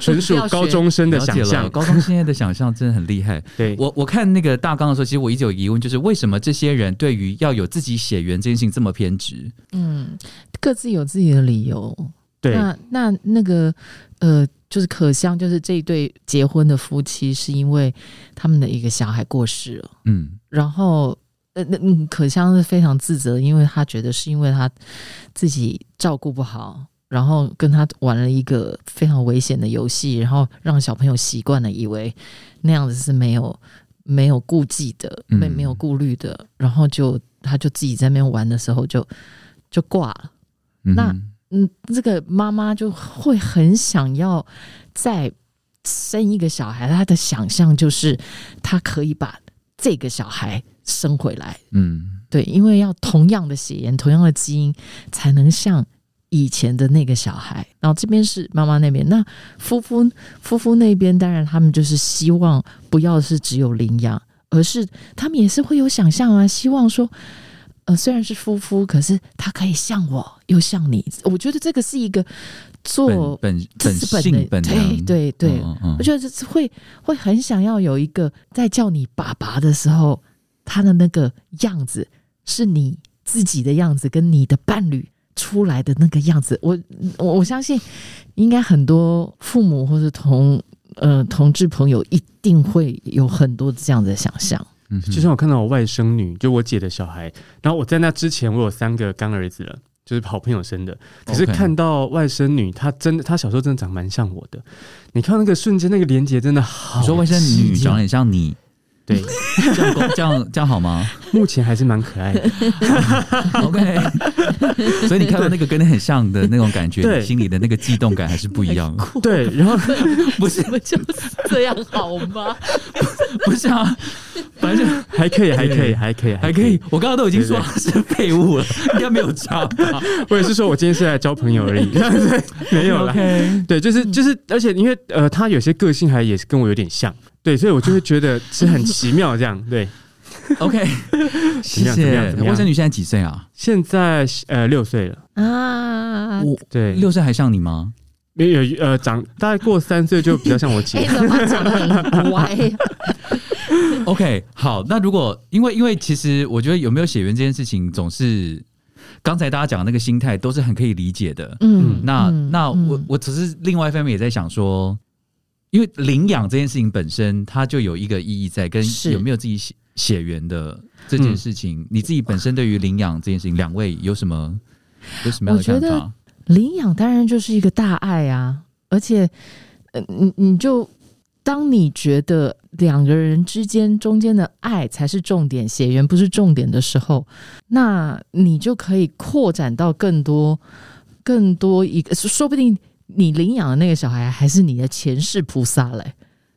纯属要学高中生的想象。高中现在的想象真的很厉害。对，我我看那个大纲的时候，其实我一直有疑问，就是为什么这些人对于要有自己血缘这件事情这么偏执？嗯，各自有自己的理由。对，那那那个呃，就是可香，就是这一对结婚的夫妻，是因为他们的一个小孩过世了，嗯，然后。呃，那嗯，可香是非常自责，因为她觉得是因为她自己照顾不好，然后跟他玩了一个非常危险的游戏，然后让小朋友习惯了，以为那样子是没有没有顾忌的，嗯没没有顾虑的，然后就他就自己在那边玩的时候就就挂了。嗯那哼嗯，这个妈妈就会很想要再生一个小孩，她的想象就是她可以把这个小孩生回来，嗯对，因为要同样的血缘、同样的基因，才能像以前的那个小孩。然后这边是妈妈那边，那夫妇夫妇那边，当然他们就是希望不要是只有领养，而是他们也是会有想象啊，希望说。呃，虽然是夫妇，可是他可以像我，又像你。我觉得这个是一个做本本这本是性本对能，对对，嗯嗯我觉得这是会会很想要有一个在叫你爸爸的时候，他的那个样子是你自己的样子，跟你的伴侣出来的那个样子。我我我相信，应该很多父母或是同呃同志朋友一定会有很多这样的想象。嗯哼就像我看到我外甥女，就我姐的小孩，然后我在那之前我有三个干儿子了，就是好朋友生的。可是 OK 看到外甥女，她真的，她小时候真的长蛮像我的。你看那个瞬间，那个连接真的好你奇说妙。外甥女长得很像你，对，这样够这样这样好吗目前还是蛮可爱的。 ？OK，所以你看到那个跟你很像的那种感觉，对你心里的那个悸动感还是不一样。对，然后不是不就是这样好 吗？不是啊，反正就还可以，还可以，对还可以，还可以。。我刚刚都已经说他是废物了， 应该没有差吧我也是说，我今天是来交朋友而 已，没有啦。 ？OK，对，就是就是，而且因为呃，他有些个性还也是跟我有点像，对，所以我就会觉得是很奇妙这样。对， OK，谢怎么谢样怎。么样外甥女现在几岁啊？现在呃六岁了，啊，我对，六岁还像你吗？没有呃长大概过三岁就比较像我姐 哎，，怎么讲得很歪？ OK，好，那如果因为因为其实我觉得有没有血缘这件事情，总是刚才大家讲的那个心态都是很可以理解的。嗯那、嗯那我、嗯我只是另外一方面也在想说，因为领养这件事情本身它就有一个意义在，跟是有没有自己血血缘的这嗯件事情，你自己本身对于领养这件事情，两位有什么有什么样的我看觉得法？领养当然就是一个大爱啊，而且，呃，你你就当你觉得两个人之间中间的爱才是重点，血缘不是重点的时候，那你就可以扩展到更多、更多一个，说说不定你领养的那个小孩还是你的前世菩萨嘞，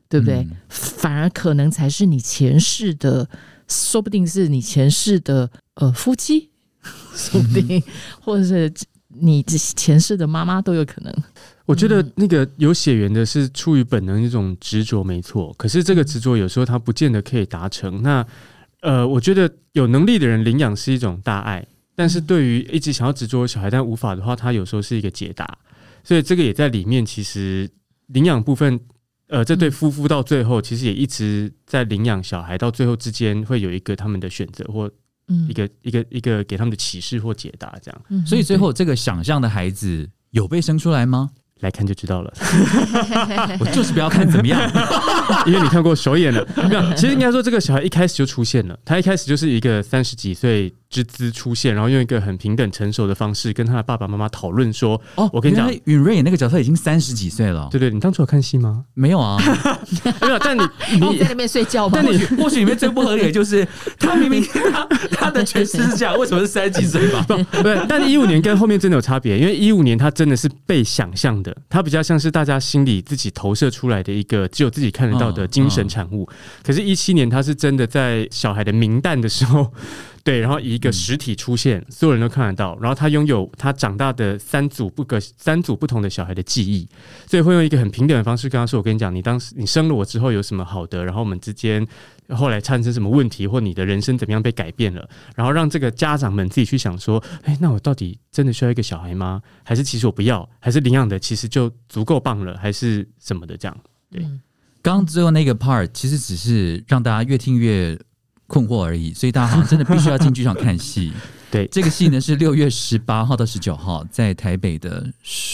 对不对？嗯反而可能才是你前世的，说不定是你前世的呃夫妻， 说不定，或者是你前世的妈妈都有可能。我觉得那个有血缘的是出于本能一种执着，没错。可是这个执着有时候它不见得可以达成。那呃，我觉得有能力的人领养是一种大爱，但是对于一直想要执着的小孩但无法的话，它有时候是一个解答。所以这个也在里面。其实领养部分，呃，这对夫妇到最后其实也一直在领养小孩，到最后之间会有一个他们的选择或嗯一个、一个一个给他们的启示或解答。这样嗯所以最后这个想象的孩子有被生出来吗？来看就知道了。 我就是不要看怎么样。因为你看过首演了， 没有？其实应该说，这个小孩一开始就出现了，他一开始就是一个三十几岁之姿出现，然后用一个很平等成熟的方式跟他的爸爸妈妈讨论说哦，我跟你讲原来允瑞演那个角色已经三十几岁了：“哦，对对，你当初有看 戏吗没有啊？？”没有，但你哦你在那边睡觉吗但？你或许里面最不合理的就是，他明明他他的诠释是这样，为什么是三十几岁吧？ 对，但一五年跟后面真的有差别，因为一五年他真的是被想象的，他比较像是大家心里自己投射出来的一个只有自己看得到的精神产物。可是，一七年他是真的在小孩的明淡的时候，对，然后以一个实体出现，所有人都看得到，然后他拥有他长大的三组不可三组不同的小孩的记忆，所以会用一个很平等的方式跟他说：“我跟你讲，你当时你生了我之后有什么好的，然后我们之间后来产生什么问题，或你的人生怎么样被改变了。”然后让这个家长们自己去想说，哎，那我到底真的需要一个小孩吗？还是其实我不要？还是领养的其实就足够棒了？还是什么的这样？对嗯刚刚最后那个 part 其实只是让大家越听越困惑而已，所以大家好像真的必须要进剧场看戏。 对这个戏呢是六月十八号到十九号在台北的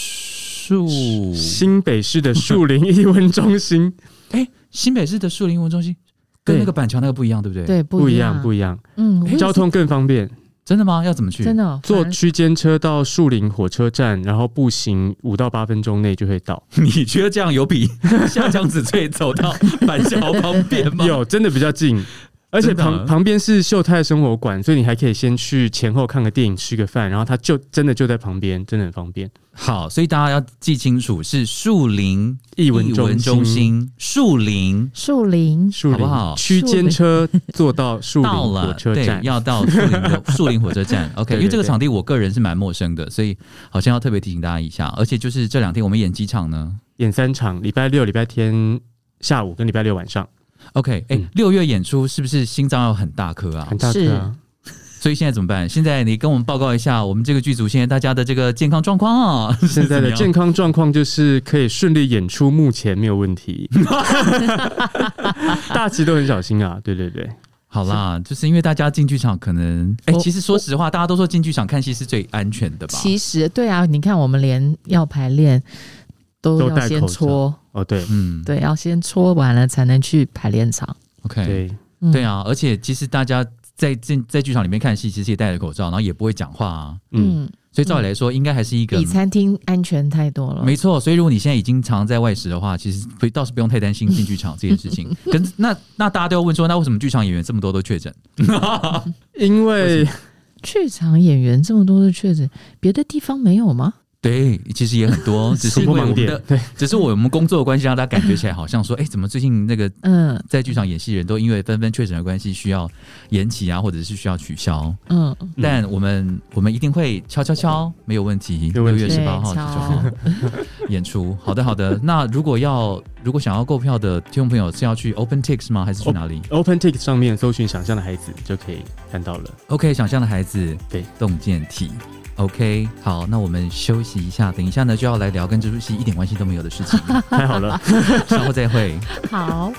树新北市的树林艺文中心哎新北市的树林文中心，跟对那个板桥那个不一样，对不对？，对，不 不一样样，，不一样，嗯，我交通更方便，真的吗？要怎么去？真的哦坐反而区间车到树林火车站，然后步行五到八分钟内就会到。你觉得这样有比像这样子最走到板桥旁边吗？ 有，真的比较近。而且真的啊旁旁边是秀泰生活馆，所以你还可以先去前后看个电影、吃个饭，然后它就真的就在旁边，真的很方便。好，所以大家要记清楚是树林艺文中心中心，树林树林，树好不好区间车坐到树林到火了，车对，站，要到树林的 树林火车站。OK，对对因为这个对场地我个人是蛮陌生的，所以好像要特别提醒大家一下。而且就是这两天我们演几场呢演三场，礼拜六、礼拜天下午跟礼拜六晚上， ？OK，哎、嗯六月演出是不是心脏要很大颗啊很？大是个、啊。所以现在怎么办？现在你跟我们报告一下我们这个剧组现在大家的这个健康状况啊。现在的健康状况就是可以顺利演出，目前没有问 题。大家都很小心啊，对对对，好啦，就是因为大家进剧场可能，哎、哦我其实说实话，大家都说进剧场看戏是最安全的吧？其实对啊，你看我们连要排练都都要戴先口罩搓，哦对嗯，对，要先搓完了才能去排练场。 ，OK，对，嗯对，啊，而且其实大家在进在剧场里面看戏，其实也戴着口罩，然后也不会讲话啊，嗯，所以照理来说，应该还是一个比餐厅安全太多了。没错，所以如果你现在已经常在外食的话，其实不倒是不用太担心进剧场这件事 情。跟那那大家都要问说，那为什么剧场演员这么多都确诊？因为剧场演员这么多的确诊，别的地方没有吗？对，其实也很 多，只是因为我盲们点的，对，只是我们工作的关系，让大家感觉起来好像说，哎、怎么最近那个嗯在剧场演戏的人都因为纷纷确诊的关系需要延期啊，或者是需要取消？嗯，但我们我们一定会敲敲敲，没有问题。嗯没有六问题月十八号对就 演出。好的，好的。那如果要如果想要购票的听众朋友是要去 OpenTix 吗？还哦是去哪里、 OpenTix 上面搜寻“想象的孩子”就可以看 到了。 o k 想象的孩子，对，洞见体。OK，好，那我们休息一下，等一下呢就要来聊跟蜘蛛戏一点关系都没有的事 情，太好了，稍后再会。好。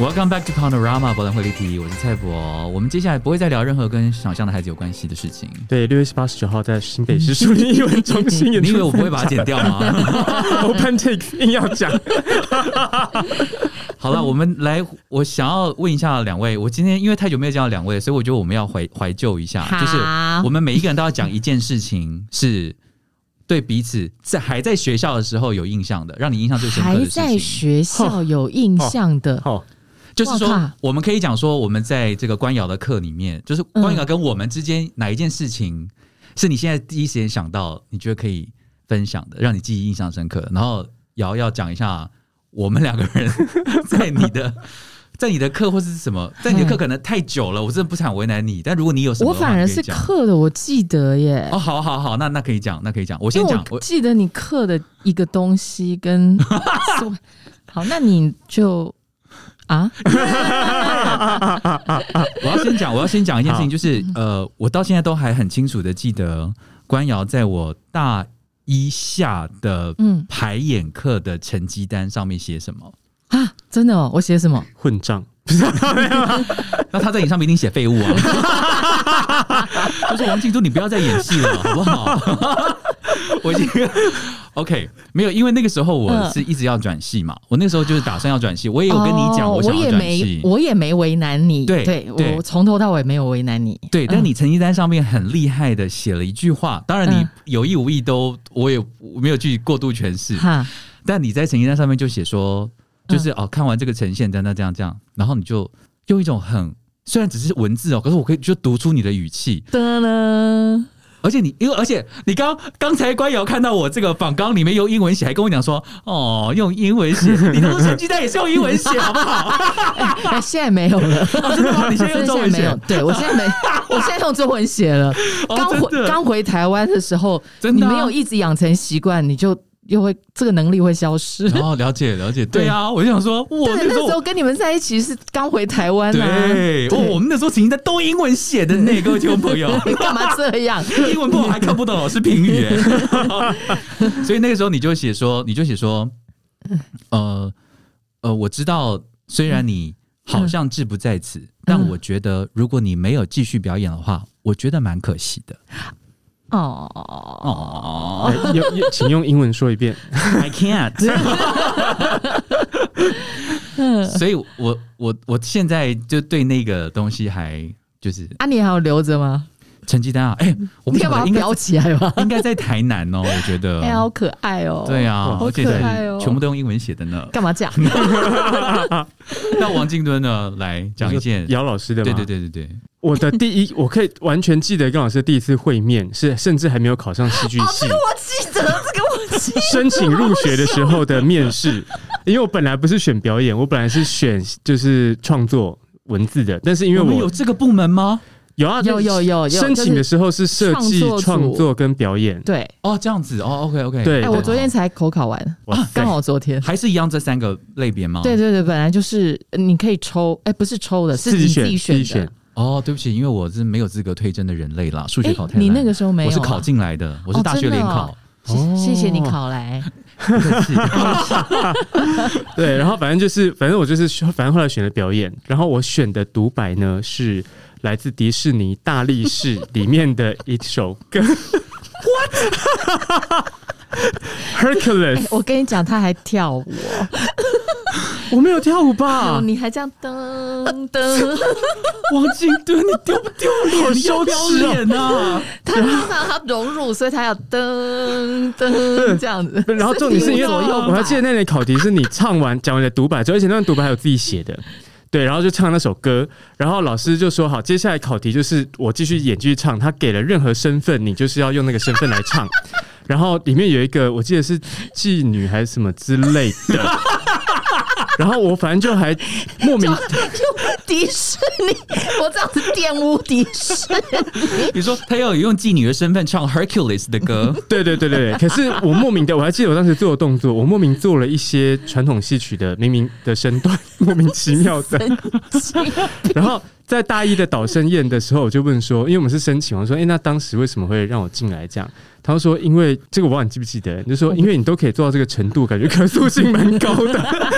Welcome back to Panorama 博览会立体，我是蔡博。我们接下来不会再聊任何跟想象的孩子有关系的事情。对，六月十八、十九号在新北 市树林艺文中心演出。你以为我不会把它剪掉吗？ ？OpenTix 硬要讲，好了，我们来，我想要问一下两位，我今天因为太久没有见到两位，所以我觉得我们要怀怀旧一下，好就是我们每一个人都要讲一件事情，是对彼此在还在学校的时候有印象的，让你印象最深刻还的在事情。学校有印象的，哦好，就是哇说靠，我们可以讲说，我们在这个官窑的课里面，就是官窑跟我们之间哪一件事情是你现在第一时间想到，你觉得可以分享的，让你记忆印象深刻的。然后瑶要讲一下，我们两个人在你的。 在你的课或是什么，在你的课可能太久了，我真的不想为难你。但如果你有什么我的话，反而你可是以讲刻的，我记得耶。哦，好好好，那那可以讲，那可以讲。我因先为讲，我我记得你刻的一个东西跟素好，那你就啊，我要先讲，我要先讲一件事情，就是嗯呃，我到现在都还很清楚的记得官窑在我大一下的嗯排演课的成绩单上面写什 么。啊，真的哦，我写什么？混账。那他在演上面一定写废物啊。就是王静珠，你不要再演戏了，好不好？ 我已经 OK，没有，因为那个时候我嗯是一直要转戏嘛，我那时候就是打算要转戏，哎我也有跟你讲，哦我我想要也转戏没，。我也没为难你，对对对我从头到尾没有为难你，对，但嗯你成绩单上面很厉害的写了一句话，当然你嗯有意无意都，我也我没有去过度诠释，哈，嗯但你在成绩单上面就写说，就是、哦，看完这个呈现，这样这样这样这样，然后你就用一种很虽然只是文字哦，可是我可以就读出你的语气，噔噔，而且你因为而且你刚刚才官瑶看到我这个访纲里面用英文写，还跟我讲说哦用英文写，你那时候成绩单也是用英文写好不好？ 哎，现在没有了， 哦真的吗？你现在用中真的现在文没写 有，，对我现在没，我现在用中文写了。哦刚真回的刚回台湾的时候，真的啊你没有一直养成习惯，你就又会这个能力会消失。哦了解了解， 对啊，我就想说我 对，那时那时候候。跟你们在一起是刚回台湾啊，对，哦，我们那时候成绩单都英文写的呢，各位听众朋 友。你 干嘛这 样？英文不好还看不懂老师评 语耶，所以那个时候你就写说，你就写说，呃呃，我知道虽然你好像志不在此，但我觉得如果你没有继续表演的话，我觉得蛮可惜的。哦，哦、来有有，请用英文说一遍。 i can't 。 所以我，我我现在就对那个东西还就是啊，你还有留着吗？成绩单啊，哎、我不你晓要把得它应该裱起来吧？ 应该在台南哦，我觉得。哎呀，好可爱哦！对啊，好而且可爱哦是全部都用英文写的 呢。干嘛 这样？那王静敦呢？来讲一件，姚老师的吗？对对对对对，我的第一，我可以完全记得跟老师的第一次会面是，甚至还没有考上戏剧系。我记得这个我 记得。申请入学的时候的面试，因为我本来不是选表演，我本来是选就是创作文字的，但是因为我们我有这个部门吗？有啊有有有有申请的时候是设计就是创作、组创作跟表演，对，哦，这样子哦，OK OK，对哎，我昨天才口考完，哇塞刚好昨天。还是一样这三个类别吗？对对对，本来就是呃你可以抽，哎，不是抽的，是自你自己己选自己选选的。，哦，对不起，因为我是没有资格推甄的人类啦，数学哎考太，难。你那个时候没有我啊？是考进来的，我是大学联考。哦谢谢谢你考来，哦不客气 对，然后反正就是，反正我就是，反正后来选了表演，然后我选的独白呢是来自迪士尼《大力士》里面的一首歌，What？Hercules， 哎我跟你讲，他还跳舞，我没有跳舞吧啊哦，？你还这样噔噔，王静敦，你丢不丢脸？你要不要脸啊！他他把他融入，所以他要噔噔这样 子。然后重点是因为左右摆我还记得那年考题是你唱完讲完你的独白之后，而且那段独白还有自己写的，对，然后就唱那首歌，然后老师就说好，接下来考题就是我继续演继续唱，他给了任何身份，你就是要用那个身份来唱，然后里面有一个我记得是妓女还是什么之类的。然后我反正就还莫名迪士尼，我这样子玷污迪士尼。你说他要有用妓女的身份唱 Hercules 的 歌，对对对对，对可是我莫名的，我还记得我当时做的动作，我莫名做了一些传统戏曲的明明的身段，莫名其妙的。然后在大一的导生宴的时候，我就问说，因为我们是申请，我说，哎、那当时为什么会让我进来这样？他说，因为这个我忘了你记不记得，你就说，因为你都可以做到这个程度，感觉可塑性蛮高的。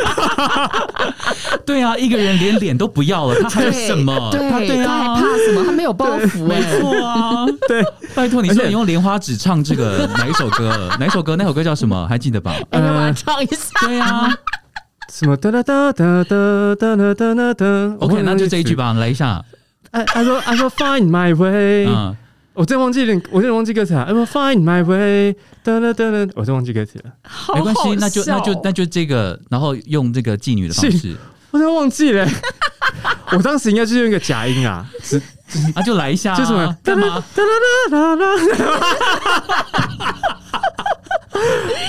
对啊，一个人连脸都不要了， 他还有什么？对，他对他还啊怕。什么？他没有包袱哎、没错 啊，对，拜托你说而且你用莲花指唱这个哪一首歌？哪一首歌？那首歌叫什么？还记得吧？哎你要不要呃，唱一下？ 对啊什么哒哒哒哒哒哒哒哒哒哒。我忘，OK，了那就这一句词。吧，来一下。 I I 说 I 说 Find my way，、嗯，我真的忘记了，我真的忘记歌词了。I will find my way，哒哒哒哒，我真的忘记歌词了，好没关系，那就那就那就就这个，然后用这个妓女的方是式，我真的忘记了。我当时应该就是用一个假音啊，是啊，就来一下啊，就什么干嘛？哒啦啦啦啦。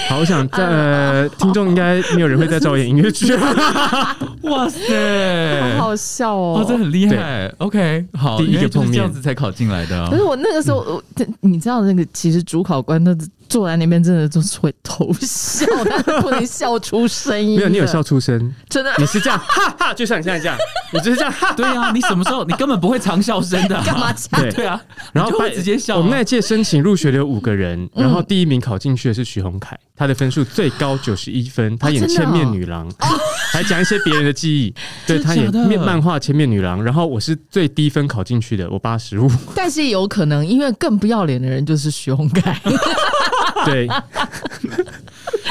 好想在、呃，听众应该没有人会再找我演音乐剧， 啊哇塞，好笑哦哦，。这很厉害。OK，好，第一原个来就是碰面这样子才考进来的可是哦。我那个时候，我你知道那个，其实主考官他坐在那边真的就是会偷笑，但是不能笑出声音。 没有你有笑，出声，真的你是这样哈哈，就像你现在这样，你就是这样哈。 对啊，你什么时候你根本不会藏笑声的啊，干嘛这样？对 对啊，然后你就会班直接笑啊。我们那一届申请入学的有五个人，然后第一名考进去的是徐宏凯，他的分数最高九十一分，他演真的哦千面女郎，还讲一些别人的记忆。真对的他演假的面漫画千面女郎，然后我是最低分考进去的，我八十五。但是有可能，因为更不要脸的人就是徐宏凯，对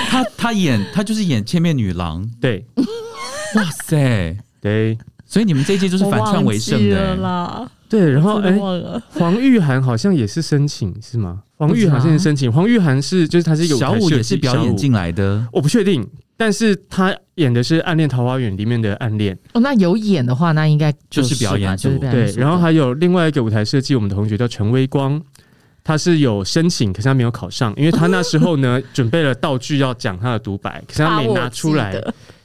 他他演他就是演千面女郎，对哇塞！对所以你们这一届就是反串为胜我忘记了的欸。啦。对，然后真的哎，忘了，黄玉涵好像也是申请 是吗？黄玉不知道啊涵现在申请，黄玉涵是就是他是一个舞台小五设也计是表小演五进来的，我不确定，但是他演的是《暗恋桃花源》里面的暗恋。哦，那有演的话，那应该就就是表演吧组就是表演对，组然后还有另外一个舞台设计，我们的同学叫陈微光，他是有申请，可是他没有考上，因为他那时 候呢准备了道具要讲他的独白，可是他没拿出来，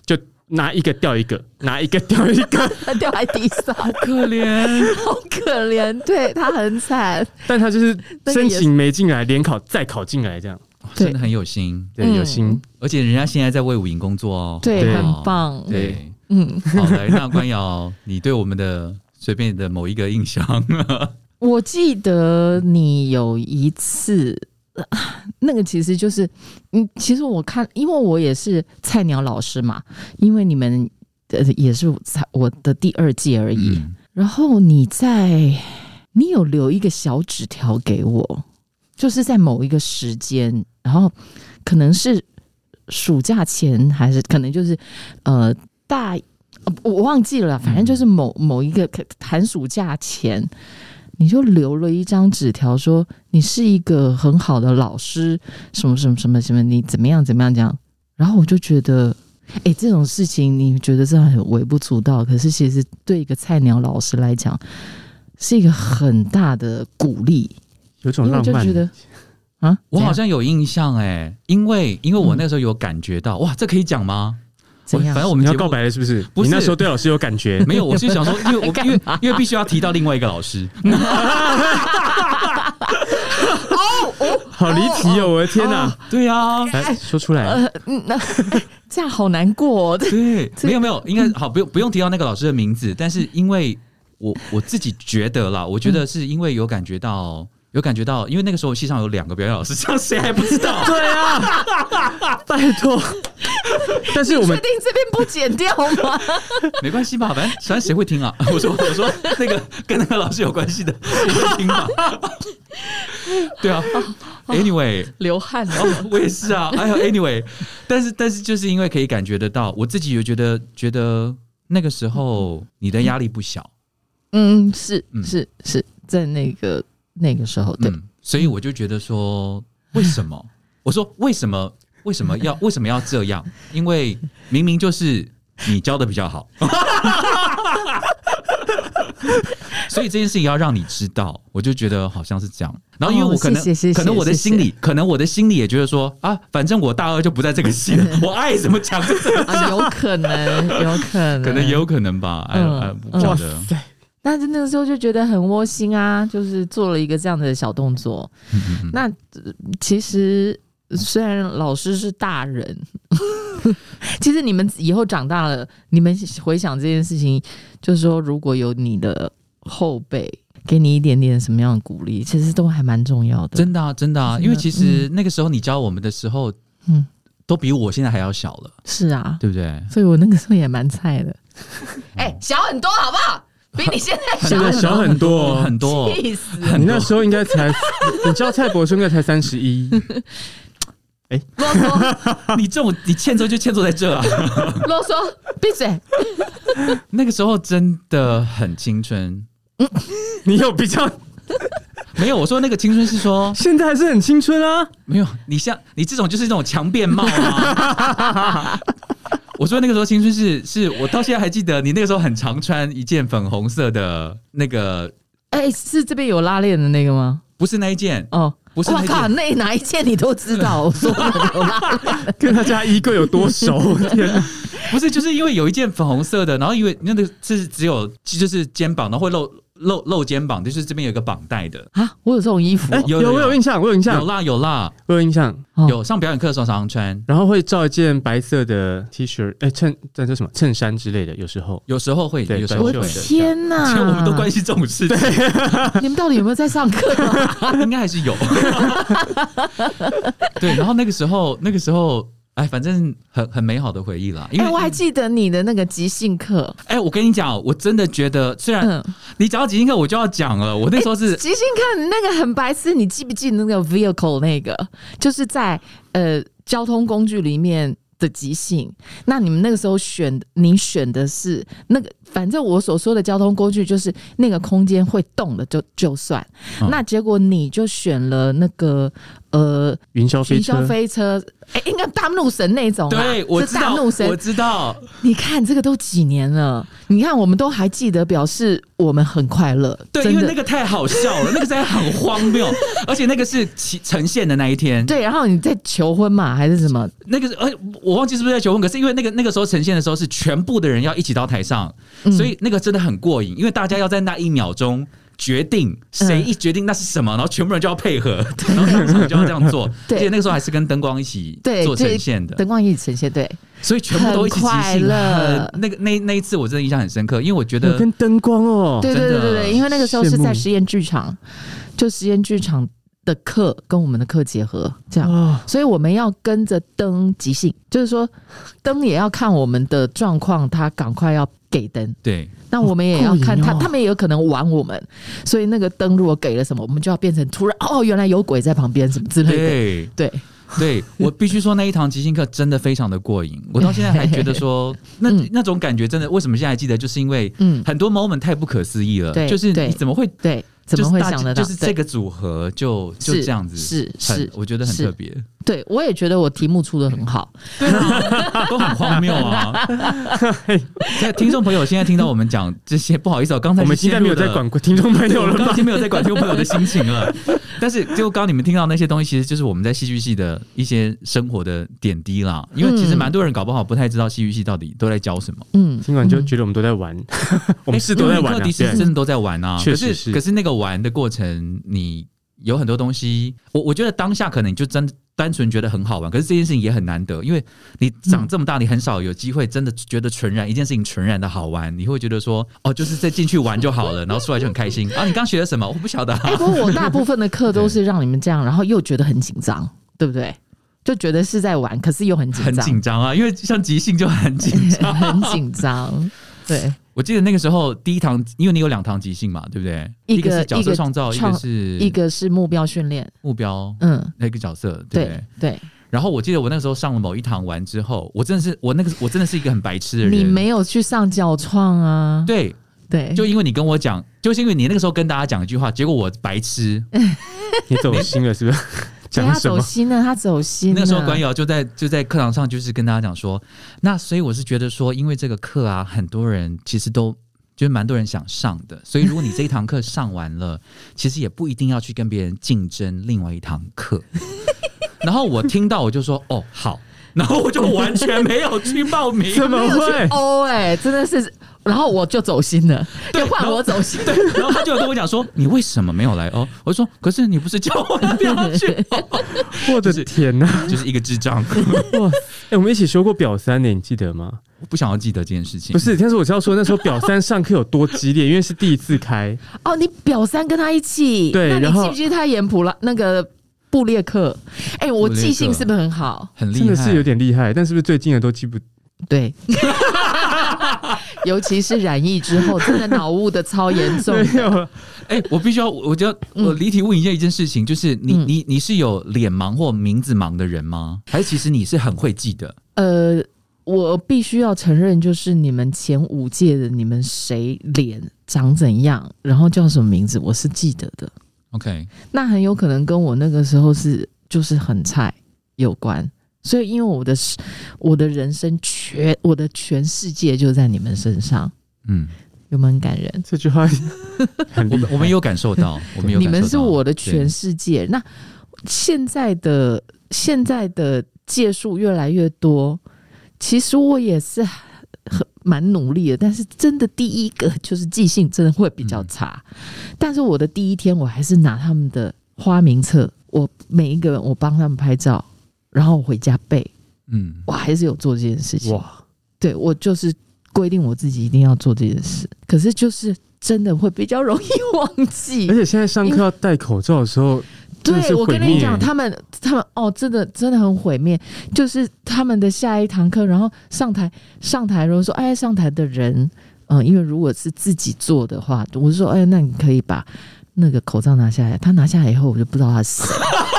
就拿一个掉一个，拿一个掉一个， 掉在地上，可怜。好可怜， 对他很惨。但他就是那个申也请没进来，联考再考进来这样，真的很有心，对，嗯有心。而且人家现在在为武营工作哦，对好不好很棒对，嗯，好来，那关瑶，你对我们的随便的某一个印象， 我记得你有一次， 那个其实就是，嗯，其实我看，因为我也是菜鸟老师嘛，因为你们呃也是才我的第二季而已。嗯然后你在，你有留一个小纸条给我，就是在某一个时间，然后可能是暑假前，还是可能就是呃大。呃我忘记了，反正就是某某一个寒暑假前，你就留了一张纸条说，你是一个很好的老师，什么什么什么什么，你怎么样怎么样讲。然后我就觉得，哎、这种事情你觉得这很微不足道，可是其实对一个菜鸟老师来讲，是一个很大的鼓励。有种因为我浪就漫觉。得啊，我好怎样像有印象哎、因为因为我那时候有感觉到，哇，这可以讲吗？我怎样，反正我你们要节目告白了是不是？不是你那时候对老师有感觉？没有，我是想说，因为 我因为因为必须要提到另外一个老师，好离题哦！我的天哪！对啊，来说出来， 呃，嗯那这样好难过、 哦。对，没有没有，应嗯该好不用不用提到那个老师的名字，但是因为我 我自己觉得啦，我觉得是因为有感觉到。有感觉到，因为那个时候系上有两个表演老师，这样谁还不知道？ 对啊，拜托。 但是我们确定这边不剪掉 吗？没关系吧，反正反正谁会听啊？ 我说我说那个跟那个老师有关系的，谁会听吧？ 对啊，Anyway，流汗了。哦，我也是啊。哎呀，anyway，但是但是就是因为可以感觉得到，我自己有觉得觉得那个时候你的压力不小，嗯，是嗯是是在那个那个时候，对，嗯，所以我就觉得说，为什 么？我说为什么？为什么要为什么要这样？因为明明就是你教的比较 好，所以这件事情要让你知道，我就觉得好像是这样。然后因为哦我可能、谢谢谢谢可能我的谢谢心里可能我的心里也觉得说啊，反正我大二就不在这个系嗯了，我爱怎么讲就怎么讲。啊，有 可能，有可能，可能也有可能吧，哎、嗯哎，不晓得。但是那个时候就觉得很窝心啊，就是做了一个这样的小动作。嗯那呃其实虽然老师是大人， 其实你们以后长大了，你们回想这件事情，就是说如果有你的后辈给你一点点什么样的鼓励，其实都还蛮重要的。真的啊，真的啊，真的因为其实那个时候你教我们的时候，嗯，都比我现在还要小了，是啊，对不对？所以我那个时候也蛮菜 的。哎、小很多好不好？比你现在现在小很多哦，很 多，意思。很你多那。时候应该才，你知道蔡伯春应该才三十一，啰嗦你这种你欠揍就欠揍在 这啊！啰嗦，闭嘴！那个时候真的很青春，你有比较，没有我说那个青春是说 现在还是很青春啊。没有你像你这种就是那种强辩帽啊。 我说那个时候青春是是我到现在还记得，你那个时候很常穿一件粉红色的那个，哎、是这边有拉链的那个吗？不是那一件，哦，不是我那件靠，那哪一件你都知道？我说有拉链，跟他家衣柜有多熟？天哪！不是，就是因为有一件粉红色的，然后因为那个是只有就是肩膀，然后会露露露肩膀，就是这边有一个绑带的， 啊，我有这种衣服哎哦、有有我有印象，我有印有象，啦有啦，我有印象。哦有上表演课的时候常常穿，然后会照一件白色的 T 恤，哎，衬那叫什么衬衫之类的，有时候有时候会，对有时候会短袖的天啊所以哪！我们都关心这种事情，你们到底有没有在上 课、啊？ 应该还是有。 对，然后那个时候，那个时候，哎，反正很很美好的回忆啦。因哎、为嗯我还记得你的那个即兴课，哎，我跟你讲，我真的觉得，虽然、嗯，你讲到即兴课，我就要讲了。我那时候是即兴课你那个很白痴，你记不记得那个 vehicle 那个，就是在呃交通工具里面。的即兴，那你们那个时候选，你选的是那个，反正我所说的交通工具就是那个空间会动的就就算。嗯那结果你就选了那个呃云霄飞云车霄，飞车，哎、应该大怒神那种啦，对，我哎是知大道，怒神我，知道，你看这个都几年了，你看我们都还记得，表示我们很快乐。对，真因为的那个太好笑了，那个真的很荒谬，而且那个是其呈现的那一天，，对，然后你在求婚嘛，还是什么？那个是，而我忘记是不是在求婚，可是因为那个那个时候呈现的时候是全部的人要一起到台上，嗯所以那个真的很过瘾，因为大家要在那一秒钟。决定谁一决定嗯那是什么，然后全部人就要配 合，然后当场就要这样做。对而且那个时候还是跟灯光一起对，做呈这现的，灯光一起呈现，对，所以全部都一起即很快兴。乐很那个那那一次我真的印象很深刻，因为我觉有得跟灯光哦，对真对的对对对，因为那个时候是在实验剧场，就实验剧场的课跟我们的课结合，哦这样。啊，所以我们要跟着灯即兴，就是说灯也要看我们的状况，他赶快要给灯。对那我们也要看过他，瘾哦他们也有可能玩我们，所以那个灯如果给了什么，我们就要变成突然哦，原来有鬼在旁边什么之类的。对，对， 对我必须说，那一堂即兴课真的非常的过瘾。我到现在还觉得 说，那嗯那种感觉真的，为什么现在还记得？就是因为嗯，很多 moment 太不可思议了，对就是对你怎么会对，怎么会想得到？就是大家就是这个组合就就这样子，是是很是我觉得很是特别，对对我也觉得我题目出的很好， 都很荒谬 啊！在听众朋友现在听到我们讲这些，不好意思哦，刚才我们是现在没有陷在入了管听众朋对，友我了刚刚已吧？经没有在管听众朋友的心情了。 但是，就刚刚你们听到那些东西，其实就是我们在戏剧系的一些生活的点滴啦。因为其实蛮多人搞不好不太知道戏剧系到底都在教什么。哎嗯，听完就觉得我们都在玩， 我们是都在嗯因玩为啊，课题是对真的都在玩啊。确实可是可是那个玩的过程，你有很多东西，我我觉得当下可能你就真单纯觉得很好玩，可是这件事情也很难得，因为你长这么大，你很少有机会真的觉得纯然一件事情纯然的好玩，你会觉得说哦，就是再进去玩就好了，然后出来就很开心啊。你刚学了什么？我不晓得、啊哎、。不过我大部分的课都是让你们这样，然后又觉得很紧张，对不对？就觉得是在玩，可是又很紧很张，紧张啊，因为像即兴就很 紧张。很 紧张。对，我记得那个时候第一堂，因为你有两堂即兴嘛，对不对？一个是角一色个创造，一个创是一个是目标训练，目标嗯，那个角色，对不对对对，然后我记得我那个时候上了某一堂完之后，我真的是我那个我真的是一个很白痴的人。你没有去上脚创啊？对，对，就因为你跟我讲，就是因为你那个时候跟大家讲一句话，结果我白痴。你走心了是 不是？对讲他什走啊么？心了，他走心了。那个时候关瑶就在就在课堂啊上就是跟大家讲说，那所以我是觉得说，因为这个课啊，很多人其实都。就是蛮多人想上的，所以如果你这一堂课上完了，其实也不一定要去跟别人竞争另外一堂 课。然后我听到我就说哦好，然后我就完全没有去报名，怎么会？哦，哎，真的是，然后我就走心了，对又换我走心。对，然后他就有跟我讲说：“你为什么没有来？”哦，我说：“可是你不是叫我不要去 我的 天哪！？”就是一个智障，哇，哎，我们一起修过表三呢，你记得吗？我不想要记得这件事情。不，是，但是我知道说那时候表三上课有多激烈，因为是第一次开，哦，你表三跟他一起，对那然你后记不记得他演普拉那个布列克？哎，我布列克记性是不是很好？很 厉害，真的是有点厉害。但是不是最近的都记不？对。 尤其是染疫之后，真的脑雾的超严重没。有了，哎、我必须要，我就要我离题问一下一件事情，就是你、嗯你你是有脸盲或名字盲的人吗？还是其实你是很会记得？呃，我必须要承认，就是你们前五届的，你们谁脸长怎样，然后叫什么名字，我是记得的。 OK，那很有可能跟我那个时候是就是很菜有关。所以，因为我的世我的人生全我的全世界就在你们身上，嗯，有没有很感人？ 这句话 很我厉们害。我们有感受 到，我们有感受到，你们是我的对全世界。那现在的现在的届数越来越多，其实我也是很蛮努力的，但是真的第一个就是记性真的会比较差。嗯但是我的第一天，我还是拿他们的花名册，我每一个人我帮他们拍照，然后我回家背，嗯，我还是有做这件事情。哇，对我就是规定我自己一定要做这件事，可是就是真的会比较容易忘记而。且现在上课要戴口罩的时候，真的对，是我跟毁你灭讲，他们他们哦，真的真的很毁灭。就是他们的下一堂课，然后上台上台，如果说哎，上台的人，嗯、因为如果是自己做的话，我是说哎，那你可以把那个口罩拿下来。他拿下来以后，我就不知道他是谁，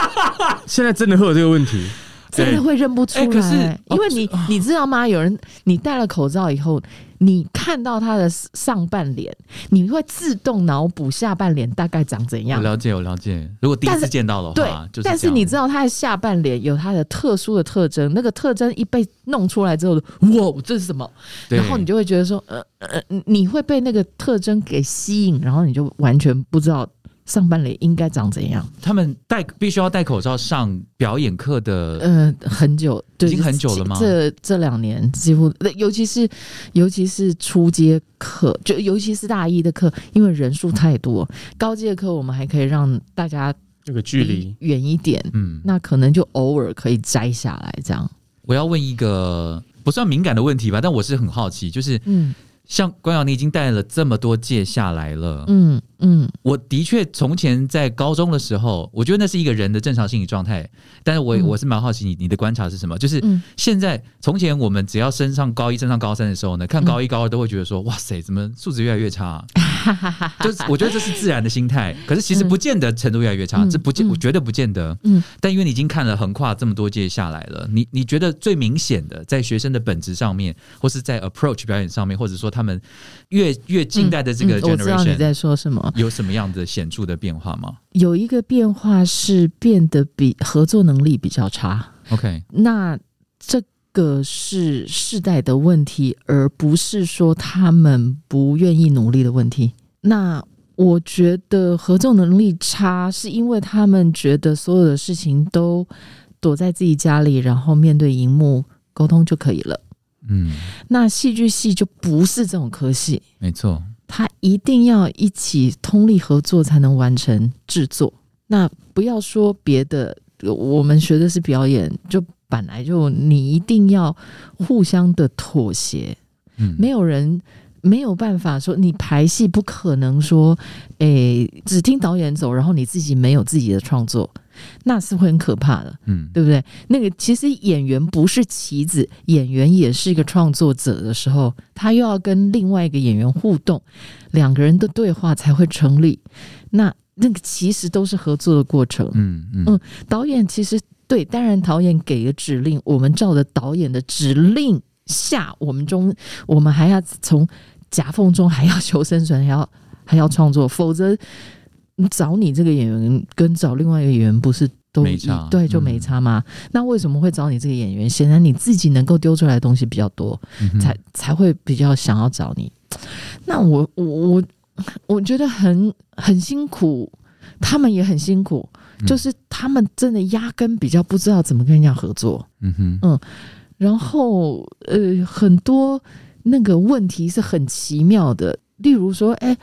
现在真的会有这个问题。真的会认不出哎可来。是因为哦你、你知道吗？有人你戴了口罩以后，你看到他的上半脸，你会自动脑补下半脸大概长怎我样。了解，我了解。如果第一但次是见到的话，对，就是但这是样你知道他的下半脸有他的特殊的特征，那个特征一被弄出来之后，哇，这是什么？对然后你就会觉得说，呃呃，你会被那个特征给吸引，然后你就完全不知道上半脸应该长怎样。他们戴必须要戴口罩上表演课的嗯、很久，对，已经很久了吗这这两年几乎，呃尤其是尤其是初阶课，就尤其是大一的课，因为人数太多，嗯高阶课我们还可以让大家那个距离离，远一点，嗯，那可能就偶尔可以摘下来这样。我要问一个不算敏感的问题吧，但我是很好奇，就是嗯像关瑶，你已经带了这么多届下来了。嗯嗯我的确从前在高中的时候，我觉得那是一个人的正常心理状态，但是我、嗯我是蛮好奇你你的观察是什么？就是嗯，现在从前嗯 我们只要升上高一、升上高三的时候呢，看高一、高二都会觉得说，哇塞，怎么素质越来越差啊、就是我觉得这是自然的心态。可是其实不见得程度越来越差，嗯这不见、嗯我觉得不见得。嗯但因为你已经看了横跨这么多届下来了，你你觉得最明显的在学生的本质上面，或是在 approach 表演上面，或者说他们越越近代的这个嗯我知道 generation，、你在说什么。有什么样的显著的变化吗有一个变化是变得比合作能力比较差， ？OK，那这个是世代的问题，而不是说他们不愿意努力的问题。那我觉得合作能力差，是因为他们觉得所有的事情都躲在自己家里，然后面对荧幕沟通就可以了。嗯，那戏剧系就不是这种科系，没错，它一定要一起通力合作才能完成制作。那不要说别的，我们学的是表演，就本来就你一定要互相的妥协，嗯，没有人。没有办法说你排戏不可能说，诶，只听导演走，然后你自己没有自己的创作，那是会很可怕的。嗯，对不对？那个其实演员不是棋子，演员也是一个创作者的时候，他又要跟另外一个演员互动，两个人的对话才会成立。那那个其实都是合作的过程。嗯嗯嗯导演其实对，当然导演给了指令，我们照着导演的指令下，我们中我们还要从夹缝中还要求生存，还要还要创作，否则找你这个演员跟找另外一个演员不是都没一差对就没嗯差嘛？那为什么会找你这个演员？显然你自己能够丢出来的东西比较多，嗯哼才才会比较想要找你。那我我我我觉得很很辛苦，他们也很辛苦，嗯就是他们真的压根比较不知道怎么跟人家合作，嗯哼，然后呃很多那个问题是很奇妙的，例如说，哎、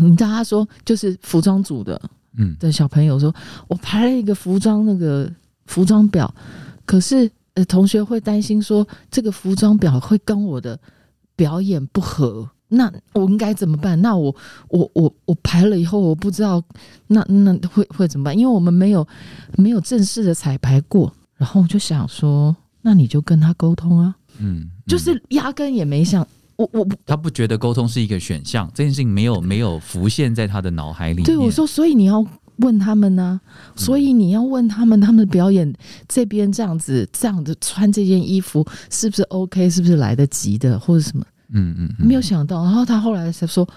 你知道他说就是服装组的，嗯的小朋友说，我排了一个服装那个服装表，可是呃，同学会担心说这个服装表会跟我的表演不合，那我应该怎么办？那我我我我排了以后，我不知道那那会会怎么办？因为我们没有没有正式的彩排过，然后我就想说，那你就跟他沟通啊，嗯，就是压根也没想。我我他不觉得沟通是一个选项，这件事情没有没有浮现在他的脑海里面。对我说，所以你要问他们呢、所以你要问他们，他们的表演这边这样子，这样子穿这件衣服是不是 OK，是不是来得及的，或者什么？嗯，嗯嗯，没有想到，然后他后来才说，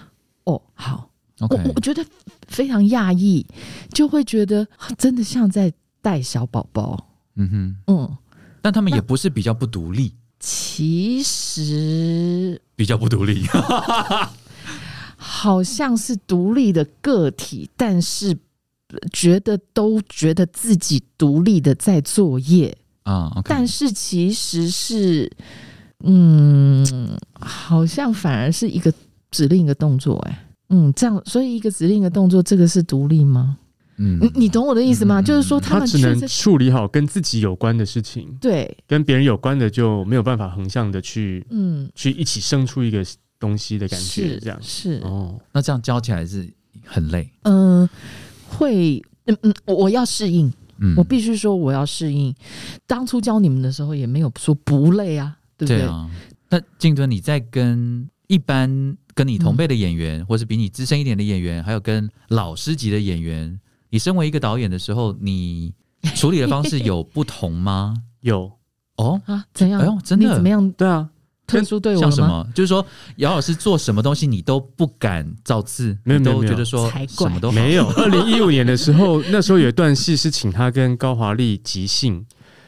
哦，好，我 OK，我我觉得非常讶异，就会觉得啊真的像在带小宝宝，嗯哼，嗯，但他们也不是比较不独立，其实比较不独立。好像是独立的个体，但是呃觉得都觉得自己独立的在作业，啊，OK，但是其实是，嗯，好像反而是一个指令一个动作、哎，嗯，这样，所以一个指令一个动作，这个是独立吗？嗯你你懂我的意思吗？嗯就是说他们只确能实处理好跟自己有关的事情，对，跟别人有关的就没有办法横向的去嗯，去一起生出一个东西的感觉，是这样是，哦，那这样教起来是很累。嗯、会，嗯嗯，我我要适应，嗯，我必须说我要适应。当初教你们的时候也没有说不累啊，对不对啊。那静敦，你在跟一般跟你同辈的演嗯员，或是比你资深一点的演员，还有跟老师级的演员，你身为一个导演的时候，你处理的方式有不同 吗？有哦，啊，怎样？哎呦真的你怎么样对啊，特殊对我像了什吗？么？就是说，姚老师做什么东西你都不敢造次，没有你没有都没有觉得说才什怪么都好没有。二零一五年的时候，那时候有一段戏是请他跟高华丽即兴，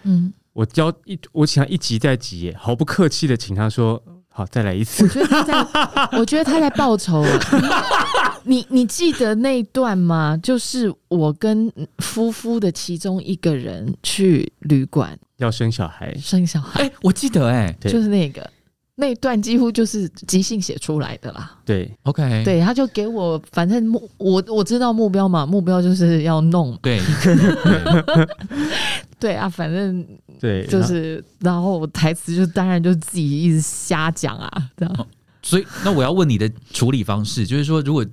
嗯，我教一我请他一集再集耶，毫不客气的请他说好再来一我次，觉得他在，我觉得他在报仇了。你你记得那一段吗？就是我跟夫妇的其中一个人去旅馆要生小孩，生小孩，哎、我记得哎、对就是那个那一段几乎就是即兴写出来的啦。对 o k 对，他就给我，反正目我我知道目标嘛，目标就是要弄。对对对啊，反正对，就是，然后我台词就当然就自己一直瞎讲啊，这哦样。所以那我要问你的处理方式，就是说，如果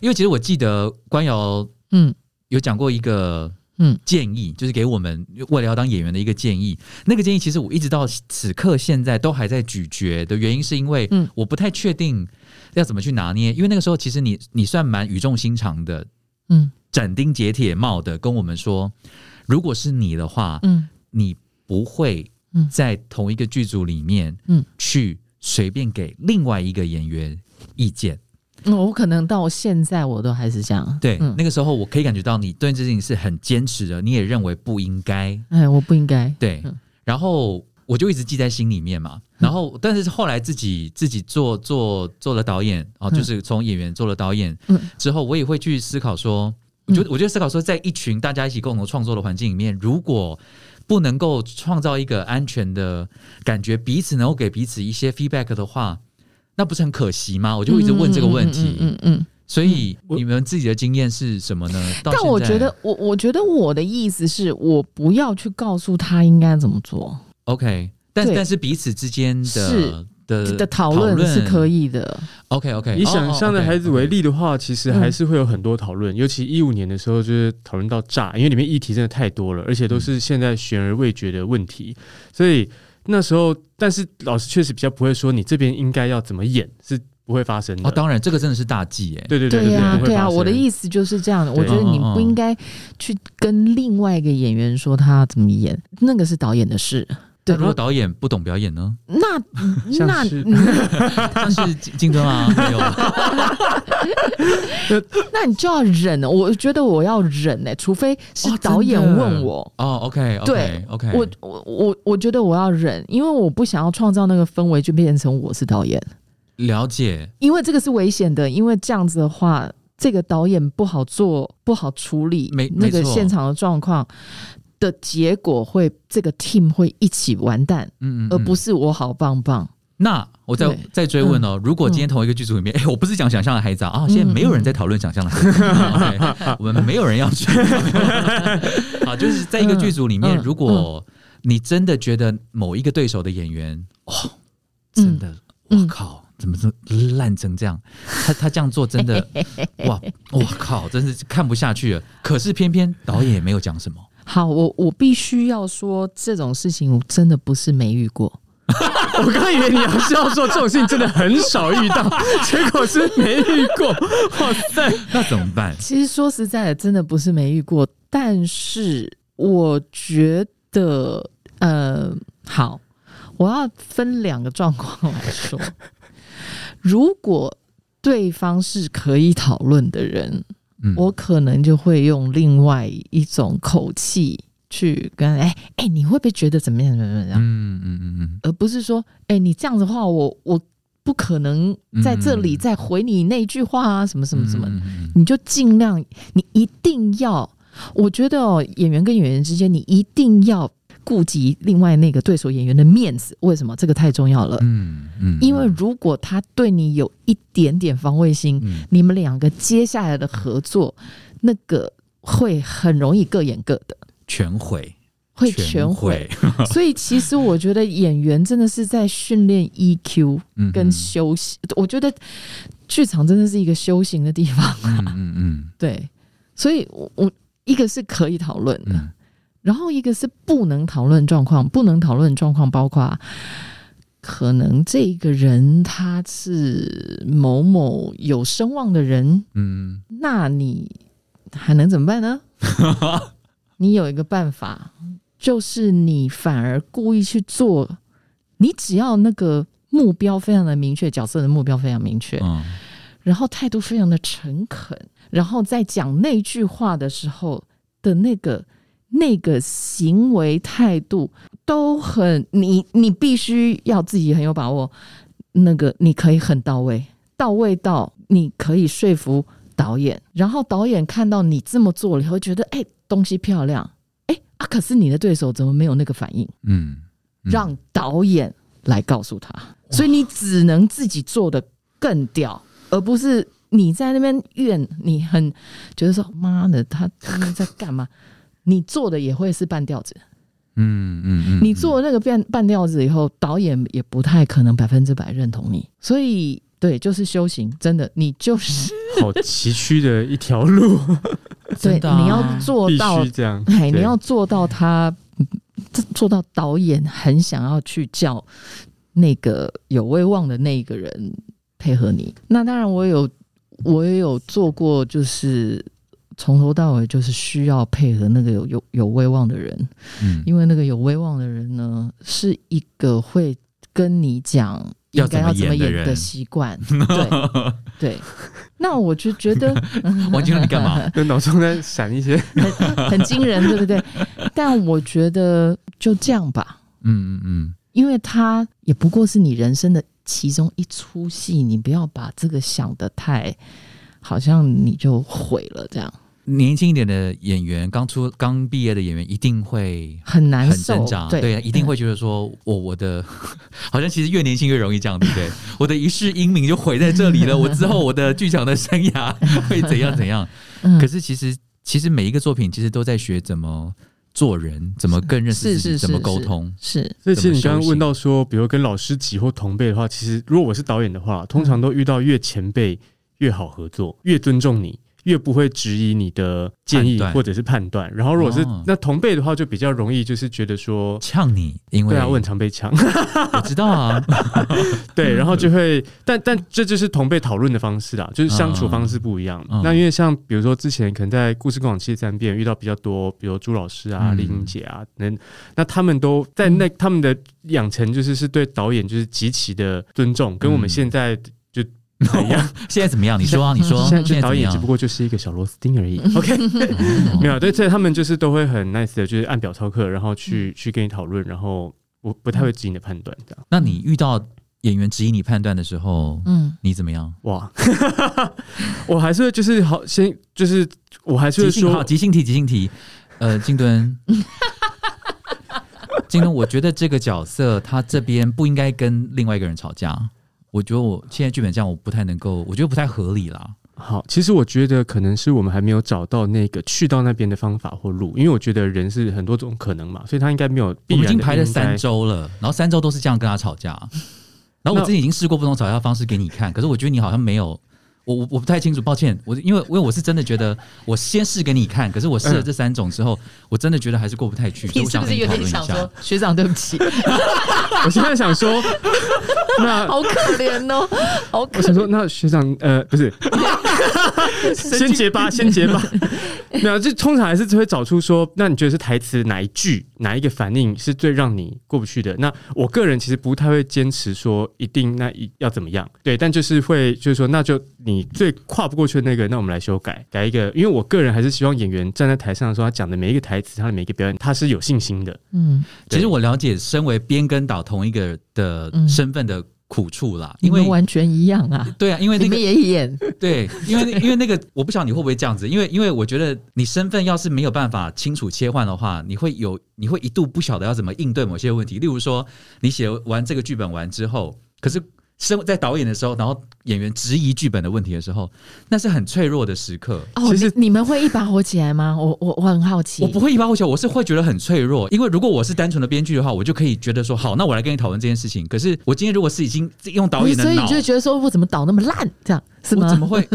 因为其实我记得关瑶嗯有讲过一个嗯建议，就是给我们为了要当演员的一个建议。那个建议其实我一直到此刻现在都还在咀嚼的原因，是因为嗯我不太确定要怎么去拿捏，因为那个时候其实你你算蛮语重心长的，嗯斩钉截铁冒的跟我们说，如果是你的话，嗯你不会嗯在同一个剧组里面，嗯去随便给另外一个演员意见。嗯，我可能到现在我都还是这样。对，嗯那个时候我可以感觉到你对这件事情是很坚持的，你也认为不应该。哎，我不应该。对，嗯然后我就一直记在心里面嘛。然后，但是后来自己自己做做做了导演哦，嗯就是从演员做了导演、嗯之后，我也会去思考说，我觉得我就思考说，在一群大家一起共同创作的环境里面，如果不能够创造一个安全的感觉，彼此能够给彼此一些 feedback 的话，那不是很可惜吗？我就一直问这个问题。嗯嗯嗯嗯嗯所以你们自己的经验是什么呢？到但现我在觉得，我我觉得我的意思是我不要去告诉他应该怎么做 OK，但对但是彼此之间的是的的讨论是可。以的。 OK 哎哦 OK，以想象哦的孩子为，例的话，其实还是会有很多讨嗯论，尤其一五年的时候，就是讨论到炸，因为里面议题真的太多了，而且都是现在悬而未决的问题，嗯所以那时候，但是老师确实比较不会说你这边应该要怎么演，是不会发生的。哦，当然这个真的是大忌哎。对对对对呀不，会对发呀，生我的意思就是这样的。我对觉得你嗯嗯嗯不应该去跟另外一个演员说他怎么演，那个是导演的事。对，那如果导演不懂表演呢？ 那像那是嗯像是金金灯啊， 没有哦那你就要忍了。我觉得我要忍哎，除非是导演问我。哦。OK 对 OK OK，我我我我觉得我要忍，因为我不想要创造那个氛围，就变成我是导演。了解。因为这个是危险的，因为这样子的话，这个导演不好做，不好处理没那没个错现场的状况的结果会，这个 team 会一起完蛋，嗯嗯，而不是。是我好棒棒。那我再对嗯再追问哦，如果今天同一个剧组里面， 哎，我不是讲想象的孩子啊，啊现在没有嗯人在讨论想象的孩子啊，OK，我 们没有人要去。好，就是在一个剧组里面，嗯嗯如果你真的觉得某一个对手的演员，哦，真的，我嗯靠，怎么这烂成这样？他他这样做真 的，哇，我靠，真是看不下去了。可是偏偏导演也没有讲 什么。好，我我必须要说，这种事情我真的不是没遇过。 我刚以为你要是要说这种事情真的很少 遇到，结果是没遇过。哇塞！那怎么办？其实说实在的，真的不是没遇过，但是我觉得，呃，好，我要分两个状况来 说。如果对方是可以讨论的人，嗯，我可能就会用另外一种口气去跟，哎、哎、你会不会觉得怎么样怎么样怎么样？嗯嗯嗯嗯，而不是说，哎、你这样子的话，我我不可能在这里嗯再回你那句话啊，什么什么什么的嗯？嗯嗯你就尽量，你一定要，我觉得哦，演员跟演员之间，你一定要顾及另外那个对手演员的面子。为什么？这个太重要了。嗯嗯，因为如果他对你有一点点防卫心，嗯你们两个接下来的合作，那个会很容易各演各的，全毁，会全毁。 毁，所以其实我觉得演员真的是在训练 EQ 嗯跟修行。我觉得剧场真的是一个修行的地方。嗯嗯嗯对，所以我我一个是可以讨论的，嗯然后一个是不能讨论状况，不能讨论状况包括可能这一个人他是某某有声望的人，嗯那你还能怎么办呢？你有一个办法，就是你反而故意去做，你只要那个目标非常的明确，角色的目标非常明确，嗯然后态度非常的诚恳，然后在讲那句话的时候的那个那个行为态度都很，你你必须要自己很有把握，那个你可以很到位，到位到你可以说服导演，然后导演看到你这么做了以后，觉得哎东西漂亮，哎啊可是你的对手怎么没有那个反应？嗯，嗯让导演来告诉他，所以你只能自己做的更屌，而不是你在那边怨，你很觉得说妈的，他他们在 干嘛？你做的也会是半吊子，嗯嗯嗯，你做那个半半吊子以后，导演也不太可能百分之百认同你，所以对，就是修行，真的，你就是好崎岖的一条路，对，嗯真的啊你要做必到须，这样。哎，你对要做到他嗯做到导演很想要去叫那个有威望的那一个人配合你。那当然，我有我也有做过，就是从头到尾就是需要配合那个有有有威望的人，嗯，因为那个有威望的人呢，是一个会跟你讲应要怎该么要怎么演的演的人习惯。对对，那我就觉得王金龙你干嘛？那脑中在闪一些， 很很惊人，对不对？但我觉得就这样吧，嗯嗯嗯，因为它也不过是你人生的其中一出戏，你不要把这个想的太好像你就毁了，这样年轻一点的演员，刚出刚毕业的演员一定会。很难很受挣扎，。啊对，嗯一定会觉得说，哦我我的 好像其实越年轻越容易这样，对不对？我的一世英名就毁在这里了，我之后我的剧场的生涯 会怎样怎样？ 嗯。可是其实其实每一个作品其实都在学怎么做人，怎么更认识是自己，是怎么是沟是通。是所以其实你刚刚问到说，比如跟老师级或同辈的话，其实如果我是导演的话，嗯通常都遇到越前辈越好合作，越尊重你，越不会质疑你的建判议断或者是判断。然后如果是、哦那同辈的话，就比较容易就是觉得说。呛你，因为对啊，我很常被呛。我知道啊， 对，然后嗯就会，但但这就是同辈讨论的方式啦，就是相处方式不一样。嗯嗯那因为像比如说之前可能在故事工厂七十三变遇到比较多，比如朱老师啊、嗯丽英姐啊，那那他们都在那他们的养成就是是对导演就是极其的尊重，跟我们嗯现在 就不太一样。现在怎么样？你说啊，你说， 现在怎就导么演样只不过就是一个小螺丝钉 而已。OK， 哦没有对，所以他们就是都会很 nice 的，就是按表操课，然后去去跟你讨论，然后我不嗯太会质疑你的判断这样。那你遇到演员质疑你判断的时候，嗯，你怎么样？哇， 我还是会就是好先就是我还是即会兴好，说，即兴题，即兴题。呃，金 敦，金敦，我觉得这个角色他这边不应该跟另外一个人吵架。我觉得我现在剧本这样，我不太能够，我觉得不太合理啦。好，其实我觉得可能是我们还没有找到那个去到那边的方法或路，因为我觉得人是很多种可能嘛，所以他应该没有必我然们的已经排了三应该。周了，然后三周都是这样跟他吵架。然后我那之前已经试过不同吵架方式给你看，可是我觉得你好像没有，我我我不太清楚，抱歉。我因为因为我是真的觉得，我先试给你看，可是我嗯试了这三种之后，我真的觉得还是过不太去。所以你我是想不跟是有讨点论一想下说， 学长对 不起，我现在想说，那好可怜哦，好可我想说，那学长，呃，不是，先结巴，先结巴。没有，就通常还是会找出说，那你觉得是台词哪一句、哪一个反应是最让你过不去的？那我个人其实不太会坚持说一定那一要怎么样，对，但就是会就是说，那就你最跨不过去的那个，那我们来修改，改一个。因为我个人还是希望演员站在台上的时候，他讲的每一个台词，他的每一个表演，他是有信心的。嗯，其实我了解，身为编跟导同一个的嗯身份的苦处啦，你因为们完全一样啊，对啊，因为你那们个也演，对，因为因为那个，我不晓得你会不会这样子，因为因为我觉得你身份要是没有办法清楚切换的话，你会有你会一度不晓得要怎么应对某些问题，例如说你写完这个剧本完之后，可是身在导演的时候，然后演员质疑剧本的问题的时候，那是很脆弱的时刻。哦，其实你你们会一把火起来吗？我我我很好奇。我不会一把火球，我是会觉得很脆弱，因为如果我是单纯的编剧的话，我就可以觉得说好，那我来跟你讨论这件事情。可是我今天如果是已经用导不是，演的哎所以脑你，就觉得说我怎么导那么烂，这样是吗？我怎么会，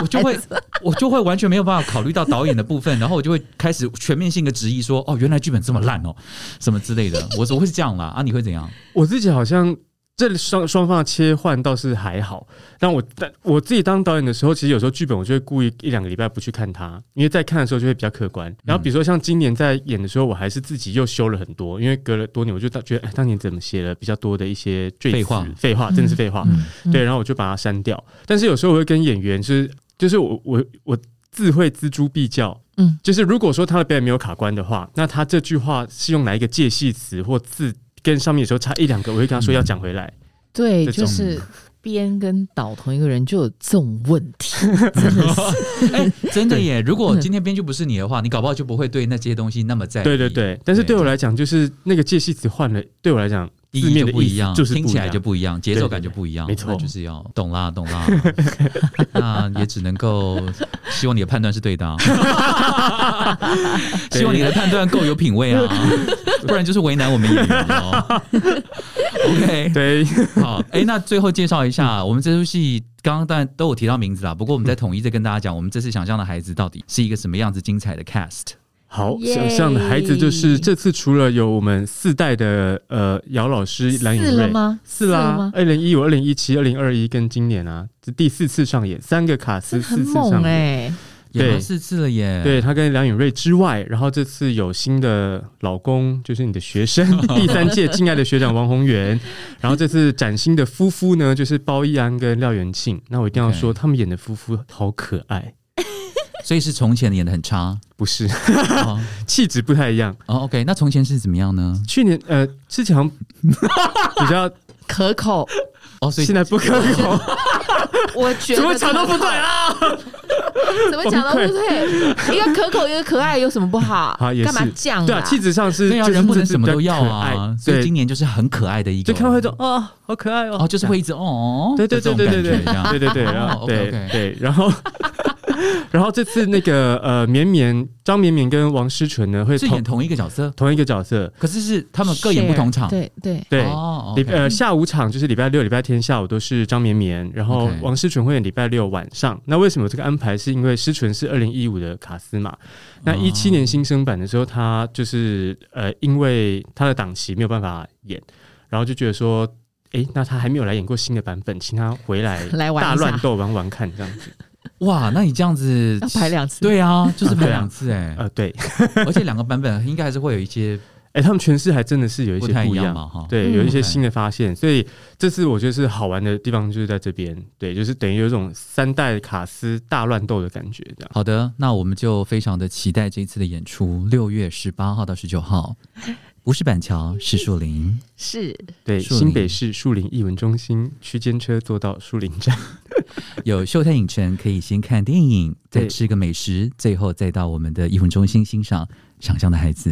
我就会，我就会完全没有办法考虑到导演的部分，然后我就会开始全面性的质疑说，哦，原来剧本这么烂哦，什么之类的，我我会是这样啦啊，你会怎 样？我自己好像这双双方的切换倒是还好，但我但我自己当导演的时候，其实有时候剧本我就会故意一两个礼拜不去看它，因为在看的时候就会比较客观。然后比如说像今年在演的时候，我还是自己又修了很多，因为隔了多年，我就当觉得哎，当年怎么写了比较多的一些赘词废话废话真的是废话。嗯？嗯对，，然后我就把它删掉。但是有时候我会跟演员就是就是我我我自会锱铢必较，嗯嗯，就是如果说他的表演没有卡关的话，那他这句话是用哪一个介系词或字跟上面有时候差一两个，我会跟他说要讲回来。嗯对，这就种是编跟导同一个人就有这种问题，真的是。哎、真的耶，如果今天编剧不是你的话，你搞不好就不会对那些东西那么在意。对对对，但是对我来讲，就是那个介系词换了，对我来讲意字义面就的不一意思样，就是听不一起来样就。不一样，节奏感对对就不一样，没错那就是要懂啦，懂啦。 那也只能够希望你的判断是对的、 啊，希望你的判断够有品味啊，不然就是为难我们演员哦。OK，对， 好，哎、那最后介绍一下，我们这出戏刚刚当然都有提到名字啦，不过我们在统一再跟大家讲，我们这次想象的孩子到底是一个什么样子精彩的 cast。好，耶想象的孩子就是这次除了有我们四代的呃姚老师蓝颖四了瑞吗四四了啦吗，二零一五、二零一七、二零二一跟今年啊，这第四次上演，三个卡真司的很四次上猛演。哎、演对了四次了耶！对他跟梁永瑞之外，然后这次有新的老公，就是你的学生，第三届敬爱的学长王宏源。然后这次崭新的夫妇呢，就是包奕安跟廖元庆。那我一定要说，他们演的夫妇好可爱，所以是从前演的很差。不是哦 气质不太一样。哦，OK，那从前是怎么样呢？去年呃，之前好像比较，可 口，哦，所以现在不可口，我觉得怎么讲都不对可啊！ 口，怎么讲都不对，一个可口，一个可爱，有什么不好？ 好，也干嘛是酱对啊，气质上是对啊，就是人不能这次什么比较都要可啊爱。所以今对年就是很可爱的一个，就看到会说哦，好可爱哦，哦，就是这样会一直哦，对对对对对对这种感觉这样对对 对，然后哦对 OK，OK 对，然后 然后这次那个呃，绵绵张绵绵跟王诗纯呢会是同演同一个角色，同一个角色，可是是他们各演不同场。对对，对。哦礼 OK 呃下午场就是礼拜六、礼拜天下午都是张绵绵，然后 OK 王诗纯会演礼拜六晚上。那为什么有这个安排？是因为诗纯是二零一五的卡斯嘛？哦那一七年新生版的时候，他就是呃因为他的档期没有办法演，然后就觉得说，诶，那他还没有来演过新的版本，请他 回来来玩大一下乱斗玩玩看这样子。哇，那你这样子要排两次，，对啊，就是排对啊两次哎，呃，对，而且两个版本应该还是会有一些哎、他们诠释还真的是有一不些太不一一样样，嘛哈。对，嗯有一些新的发现，所以这次我觉得是好玩的地方就是在这边，对，就是等于有一种三代卡斯大乱斗的感觉，这样。好的，那我们就非常的期待这一次的演出，六月十八号到十九号，不是板桥，是树林。是对，树林新北市树林艺文中心区间车坐到树林 站，有秀泰影城可以先看电影，再对吃个美食，最后再到我们的艺文中心欣赏《想象的孩子》。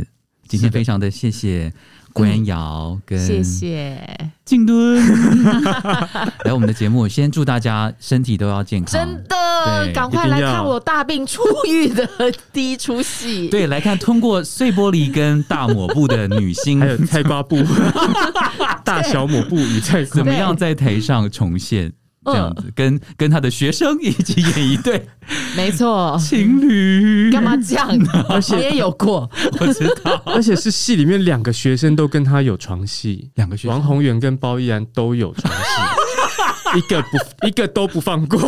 今天非常的谢谢郭安瑶嗯跟嗯谢谢，静 敦来我们的节目，先祝大家身体都要健康。真的对，赶快来一定要看我大病初愈的第一出戏，对，来看通过碎玻璃跟大抹布的女星 还，有菜瓜布、大小抹布与菜瓜怎布么。样在台上重现这样嗯子，跟跟他的学生一起演一对 没错，情侣。 干嘛这样？ 我也有过，我知道，而且是戏里面两个学生都跟他有床戏，两个学王生宏源跟包奕安都有床戏， 一个不一个都不放过。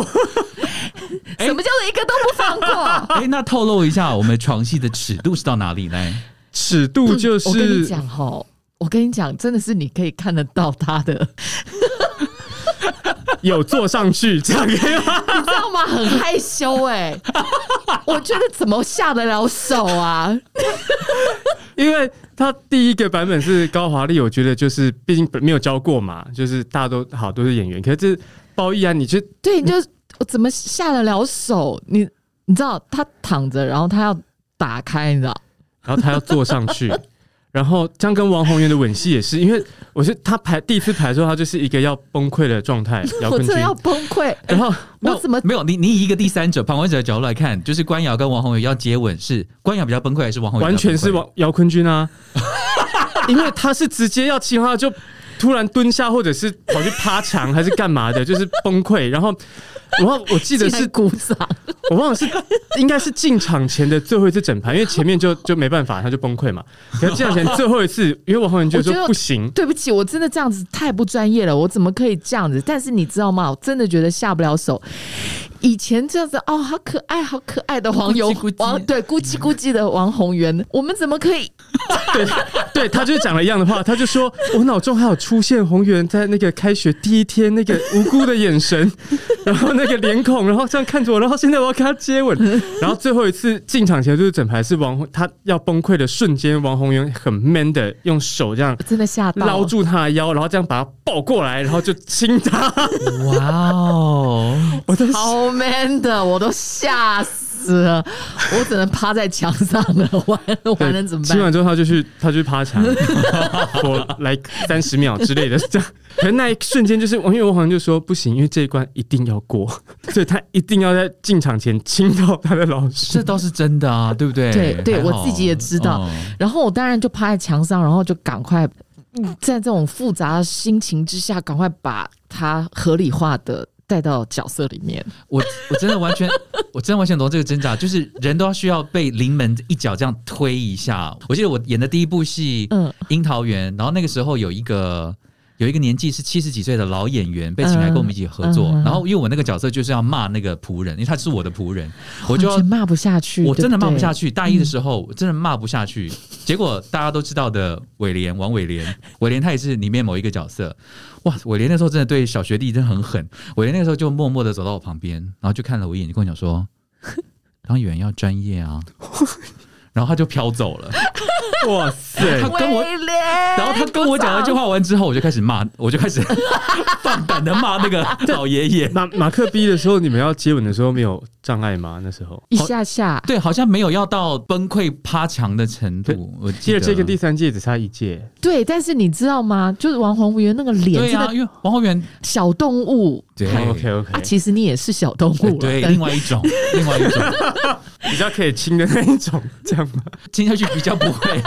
哎什么叫做一个都不放 过？哎、那透露一下，我们床戏的尺度是到哪里来？尺度就是、我跟你讲吼，我跟你讲，真的是你可以看得到他 的，你有坐上去这样可以吗？知道吗？很害羞 哎、我觉得怎么下得了手啊？因为他第一个版本是高华丽，我觉得就是毕竟没有教过嘛，就是大家都好都是演员，可是这包奕安，你就对，你就我怎么下得了手？你你知道他躺着，然后他要打开，你知道？然后他要坐上 去。然后，这样跟王宏源的吻戏也是，因为我是他排第一次排的时候，他就是一个要崩溃的状态，姚我坤真君的。要崩溃。然后 我怎么没有？你你以一个第三者、旁观者的角度来看，就是关瑶跟王宏宇要接吻，是关瑶比较崩溃，还是王宏宇？完全是王。姚坤君啊， 因为他是直接要亲他就突然蹲下，或者是跑去趴墙，还是干嘛的，就是崩溃。然后，然后我记竟得然是鼓掌，我忘了是应该是进场前的最后一次整盘，因为前面就就没办法，他就崩溃嘛。可是进场前最后一次，因为王宏源就我觉说得不行，对不起，我真的这样子太不专业了，我怎么可以这样子？但是你知道吗？我真的觉得下不了手。以前这样子哦，好可爱，好可爱的黄油咕叽咕叽王，对，咕叽咕叽的王宏源，我们怎么可以？对对，他就讲了一样的话，他就说我脑中还有出现宏源在那个开学第一天那个无辜的眼神， 然后那个脸孔，然后这样看着我，然后现在我要跟他接 吻，然后最后一次进场前就是整排是王宏他要崩溃的瞬间，王宏源很 man 的用手这样真的吓到捞住他的腰，然后这样把他抱过来，然后就亲他。哇哦！我当时好 man 的，我都吓死了，我只能趴在墙上了，我还我还能怎么亲完办？之后，他就去，他就去 趴墙，我来三十秒之类的，这样。可是那一瞬间，就是因为我好像就说不行，因为这一关一定要过， 所以他一定要在进场前亲到他的老 师。这倒是真的啊，对不对？对对还好哦我自己也知道然后我当然就趴在墙上，然后就赶快嗯在这种复杂的心情之下，赶快把它合理化的带到角色里面。我我真的完全， 我真的完全懂这个挣扎，就是人都要需要被临门一脚这样推一下。我记得我演的第一部戏，嗯《樱桃园》，然后那个时候有一个。有一个年纪是七十几岁的老演员被请来跟我们一起合作，嗯嗯然后因为我那个角色就是要骂那个仆人，因为他是我的仆人，我就要完全啊骂不下去，我真的骂不下去。去。大一的时候，我真的骂不下去。结果大家都知道的，伟廉王伟廉，伟廉他也是里面某一个角色。哇，伟廉那时候真的对小学弟真的很狠。伟廉那个时候就默默的走到我旁边，然后就看了我一眼，就跟我讲说：“当演员要专业啊。”然后他就飘走了。哇塞他，跟我，然后他跟我讲了一句话完之后，我就开始骂，我就开始放胆的骂那个老爷爷。马马克 B 的时候，你们要接吻的时候没有障碍吗？那时候。一下下，对，好像没有要到崩溃趴墙的程度。我记第得二届跟第三届只差一届，对，但是你知道吗？就是王宏源那个脸，对真啊，的因为王浩源小动物对 OK OK，啊，其实你也是小动物对了，对，但另外一种，另外一种，比较可以亲的那一种，这样吗？听下去比较不会。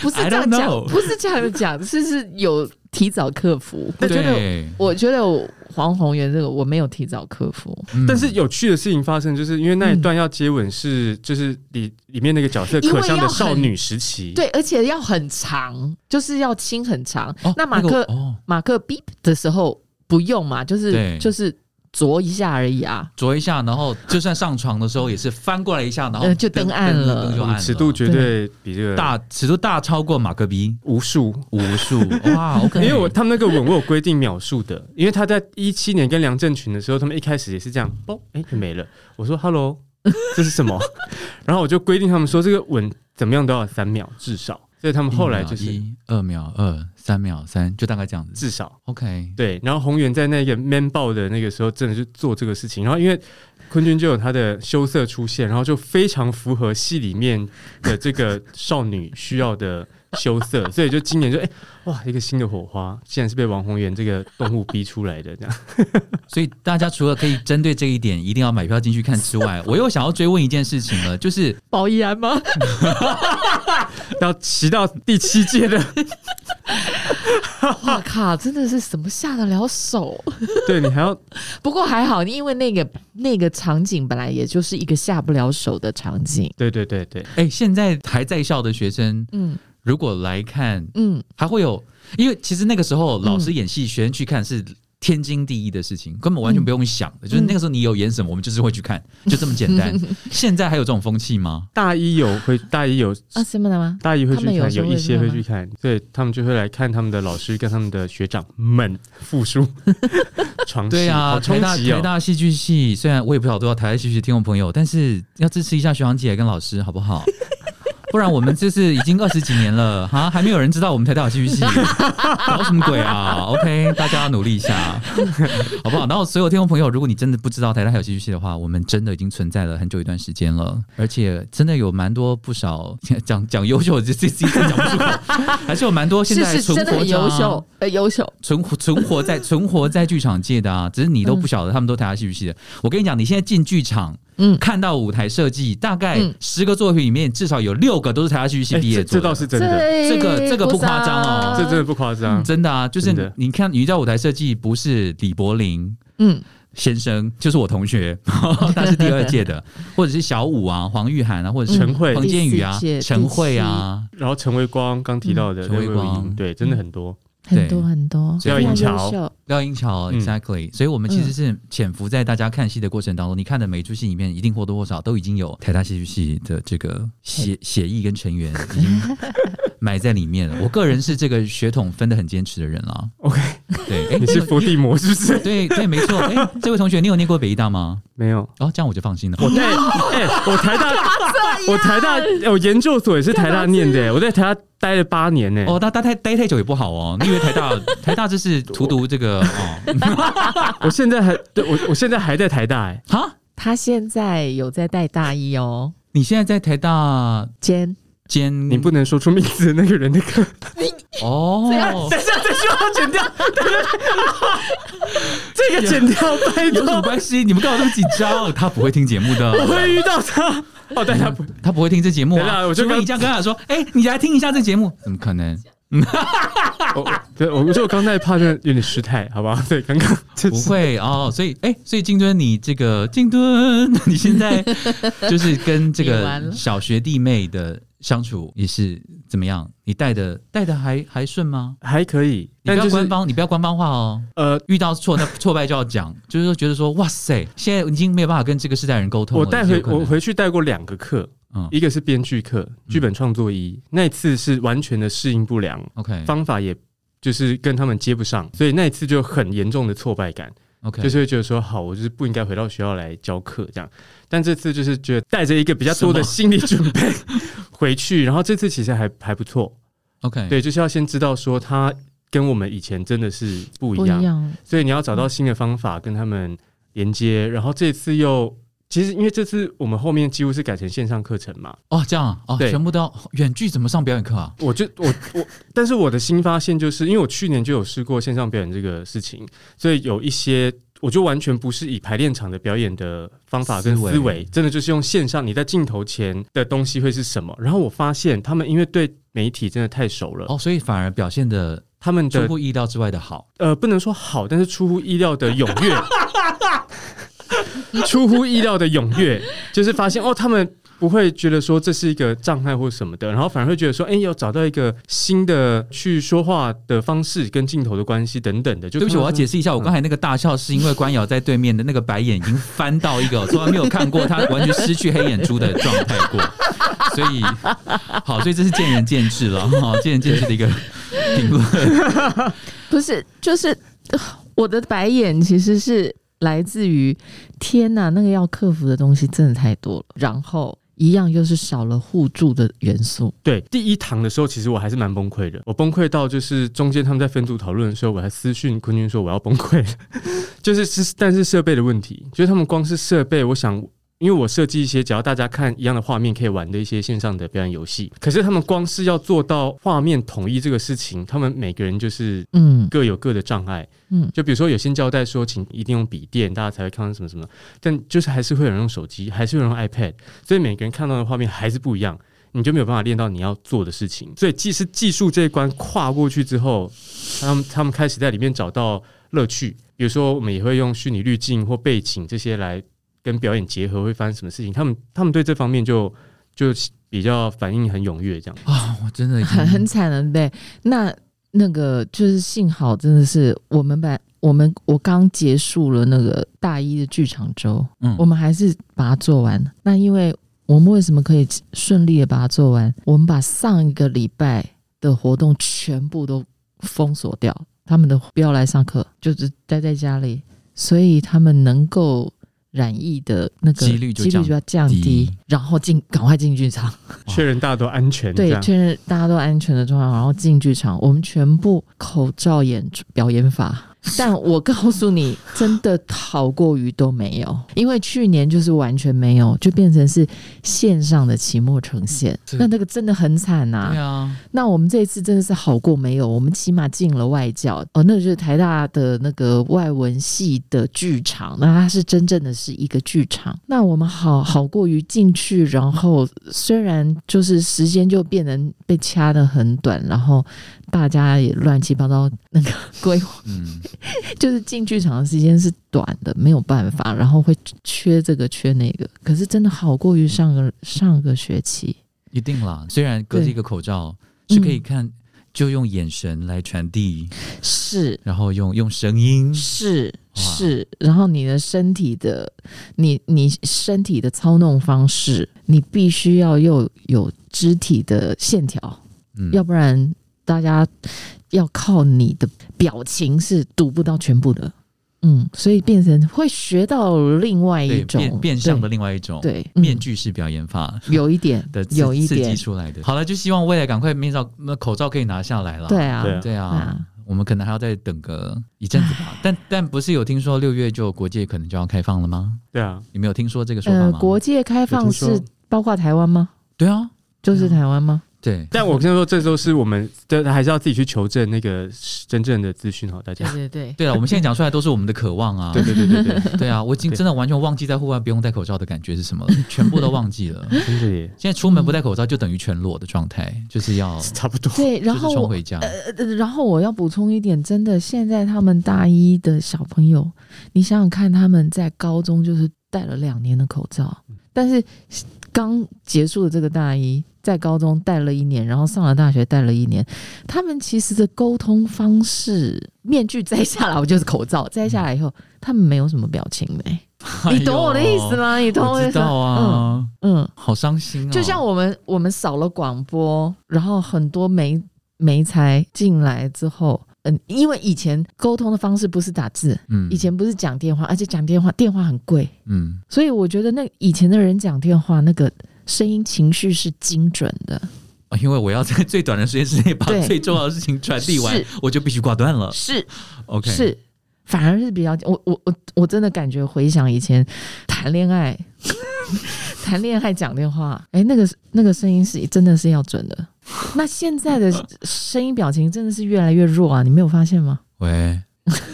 不是 I 这样 don't 讲， know 不是这样讲，是是有提早克服。我觉得， 对，我觉得我黄宏源这个我没有提早克服，嗯但是有趣的事情发生，就是因为嗯那一段要接吻是，就是里里面那个角色可香的少女时期，，对，而且要很长，就是要亲很长。哦那马克、个哦，马克 beep 的时候不用嘛，就是对就是啄一下而已啊。啄一下，然后就算上床的时候也是翻过来一下，然后呃就登岸了登就我暗们了嗯尺度绝对比这个大，尺度大超过马克笔无数。无数。 哇，OK，因为我他们那个吻，我有规定秒数的，因为他在一七年跟梁振群的时候，他们一开始也是这样，嘣，哎、就没了。我说 Hello，这是什么？ 然后我就规定他们说这个吻怎么样都要三秒至少，所以他们后来就是一秒一二秒二三秒三，就大概这样子。至少 OK，对，然后宏源在那个 man 爆的那个时候，真的是做这个事情。然后因为坤君就有他的羞涩出现，然后就非常符合戏里面的这个少女需要的羞涩，所以就今年就哎、哇，一个新的火花，竟然是被王宏源这个动物逼出来的这样。所以大家除了可以针对这一点一定要买票进去看之 外，我又想要追问一件事情了，就是保怡安吗？要骑到第七届的，哇靠，真的是什么下得了手？对你还要不过还好，因为那个那个场景本来也就是一个下不了手的场景。对对对对，哎，现在还在校的学生嗯如果来看嗯，还会有，因为其实那个时候老师演戏，学生去看是天经地义的事情，根本完全不用想的。就是那个时候你有演什么，我们就是会去看，就这么简单。现在还有这种风气吗？大一有会大一有啊什么的吗？大一会去他们有看，时有候一些会会去看，对他们就会来看他们的老师跟他们的学长们复 述床对戏啊，好台冲大击台哦。大戏剧系，虽然我也不晓得多少台大戏剧系的听众朋友，但是要支持一下学长姐跟老师，好不好？ 不然我们就是已经二十几年了哈，还没有人知道我们台大有戏剧系，搞什么鬼啊？OK，大家要努力一下，好不好？然后所有听众朋友，如果你真的不知道台大还有戏剧系的话，我们真的已经存在了很久一段时间了，而且真的有蛮多不少讲讲优秀，这这这这讲 不出口，还是有蛮多现是在是存真的活很着啊优秀，呃，优秀。存 活存活在存活在剧场界的啊，只是你都不晓得他们都台下戏剧系的。我跟你讲，你现在进剧场，嗯看到舞台设计，大概嗯十个作品里面至少有六个都是台下戏剧系哎毕业做这这的。倒是真的，嗯这个这个不夸张哦这真的不夸张。真的啊，就是真的你看，你遇到舞台设计不是李柏林嗯，先生，就是我同学， 他是第二届 的，或者是小五啊、黄玉涵啊，或者是陈慧彭建宇啊嗯第四、届陈慧啊，然后陈维光刚提到的嗯陈维廖伟光莹对，真的很多。很对多很多，只要非常引桥优秀廖英桥嗯，exactly，、所以我们其实是潜伏在大家看戏的过程当中，你看的每一出戏里面，一定或多或少都已经有台大戏剧系的这个协协议跟成员已经埋在里面了。我个人是这个血统分得很坚持的人啦。 OK 对，哎、你是伏地魔是不是？对对，没错。哎、这位同学，你有念过北医大吗？没有，哦，这样我就放心了。我在哎，我台大，我台大，哎我研究所也是台大念的，哎我在台大待了八年哎呢。哦，那待太待太久也不好哦。你以为台大 台大就是荼毒这个哦？我现在还，对我我现在还在台大，哎，哈，他现在有在带大一哦，你现在在台大兼兼你不能说出名字的那个人的歌。哦？等一下，这句话剪掉，这个剪掉， 拜有什么托，关系？你们干嘛这么紧张？ 他不会听节目的， 我会遇到他。哦，但他不，他不会听这节目对啊。啦我就除非刚你这样跟他说，哎、你来听一下这节目，怎么可能？哦对，我我觉得我刚才怕真的有点失态，好不好？对，刚刚这不是会哦，所以哎、所以静敦，你这个静敦， 你现在就是跟这你完个了小学弟妹的相处也是怎么样？你带的带的还还顺吗？还可以，你但不要就官是方，你不要官方化哦。呃，遇到挫那挫败就要讲， 就是说觉得说哇塞，现在已经没有办法跟这个世代人沟通了。我带也是回有可能我回去带过两个课，嗯一个是编剧课，剧本创作一，那一次是完全的适应不良， OK 方法也就是跟他们接不上，所以那一次就很严重的挫败感， OK，就是会觉得说，好，我就是不应该回到学校来教课这样。但这次就是觉得带着一个比较多的心理准备回去，然后这次其实还还不错， OK 对，就是要先知道说他跟我们以前真的是不一不一样，样，所以你要找到新的方法跟他们连接，然后这次又。其实，因为这次我们后面几乎是改成线上课程嘛，哦这样啊哦，对全部都要远距怎么上表演课啊？我就我我，但是我的新发现就是，因为我去年就有试过线上表演这个事情，所以有一些我就完全不是以排练场的表演的方法跟思维思维，真的就是用线上你在镜头前的东西会是什么。然后我发现他们因为对媒体真的太熟了，哦，所以反而表现的他们出的乎意料之外的好。呃不能说好，但是出乎意料的踊跃， 出乎意料的踊跃，就是发现哦他们。不会觉得说这是一个障碍或什么的，然后反而会觉得说，哎，要找到一个新的去说话的方式跟镜头的关系等等的。就嗯对不起，我要解释，释一下，我刚才那个大笑是因为关瑶在对面的那个白眼已经翻到一 个从来没有看过他完全失去黑眼珠的状态过，所以好，所以这是见仁见智了哈，见仁见智的一个评 论。不是，就是呃我的白眼其实是来自于天哪，那个要克服的东西真的太多了，然后一样又是少了互助的元素。对第一堂的时候，其实我还是蛮崩溃的。我崩溃到就是中间他们在分组讨论的时候，我还私讯坤君说我要崩溃 了，就是是但是设备的问题，就是他们光是设备，我想。因为我设计一些只要大家看一样的画面可以玩的一些线上的表演游戏，可是他们光是要做到画面统一这个事情，他们每个人就是嗯，各有各的障碍。嗯就比如说有些交代说，请一定用笔电，大家才会看到什么什么，但就是还是会有人用手机，还是会有人用 iPad，所以每个人看到的画面还是不一样，你就没有办法练到你要做的事情。所以技是技术这一关跨过去之后，他们他们开始在里面找到乐趣。比如说，我们也会用虚拟滤镜或背景这些来跟表演结合，会发生什么事情？他们他们对这方面就就比较反应很踊跃，这样。啊我真的已很经很惨了，对不对？那那个就是幸好真的是我们把我们我刚结束了那个大一的剧场周，嗯我们还是把它做完了。那因为我们为什么可以顺利的把它做完？我们把上一个礼拜的活动全部都封锁掉，他们的不要来上课，就是待在家里，所以他们能够染疫的那个几率就几率就要降低低，然后进赶快进剧场。确认大家都安全，这哦对，样确认大家都安全的状况，然后进剧场，我们全部口罩演出表演法。但我告诉你，真的好过于都没有，因为去年就是完全没有，就变成是线上的期末呈现，是那那个真的很惨呐、对啊，那我们这一次真的是好过没有，我们起码进了外教哦，那就是台大的那个外文系的剧场，那它是真正的是一个剧场。那我们好好过于进去，然后虽然就是时间就变得被掐得很短，然后大家也乱七八糟那个规划，嗯，就是进剧场的时间是短的，没有办法，然后会缺这个缺那个。可是真的好过于上个上个学期，一定啦。虽然隔着一个口罩是可以看，就用眼神来传递，是然后用用声音，是哇是，然后你的身体的，你你身体的操弄方式，你必须要又有肢体的线条，嗯要不然大家要靠你的表情是读不到全部的。嗯，所以变成会学到另外一对种变变相的对另外一种对嗯面具式表演法。有一点 的刺有一刺激点出来的。好了，就希望未来赶快面罩、那口罩可以拿下来了。对啊对啊对啊，啊我们可能还要再等个一阵子 吧。但但不是有听说六月就国界可能就要开放了吗？对啊，你们有听说这个说法呃，吗？国界开有放听说是包括台湾吗？对啊，就是对台湾吗？对，但我先说，这都是我们这还是要自己去求证那个真正的资讯哈，哦大家对。 对对，对了，啊我们现在讲出来都是我们的渴望啊。对对对对 对，对啊，我已经对真的完全忘记在户外不用戴口罩的感觉是什么了，全部都忘记了。真的耶，现在出门不戴口罩就等于全裸的状态，就是要差不多。对， 然后就是冲我回家。呃，然后我要补充一点，真的，现在他们大一的小朋友，你想想看，他们在高中就是戴了两年的口罩，嗯但是刚结束的这个大一，在高中戴了一年，然后上了大学戴了一年，他们其实的沟通方式，面具摘下来，我就是口罩摘下来以后，他们没有什么表情的、欸你懂我的意思？吗？你懂我哎我的意知思道吗？啊，嗯。好伤心啊！就像我们我们少了广播，然后很多媒媒材进来之后，嗯，因为以前沟通的方式不是打字，嗯以前不是讲电话，而且讲电话电话很贵，嗯，所以我觉得那以前的人讲电话那个。声音情绪是精准的，啊因为我要在最短的时间之内把对最重要的事情传递完是，我就必须挂断了。是 OK，是，反而是比较我我我我真的感觉回想以前谈恋爱， 谈恋爱讲电话，哎、那个那个声音是真的是要准的。那现在的声音表情真的是越来越弱啊，你没有发现吗？喂，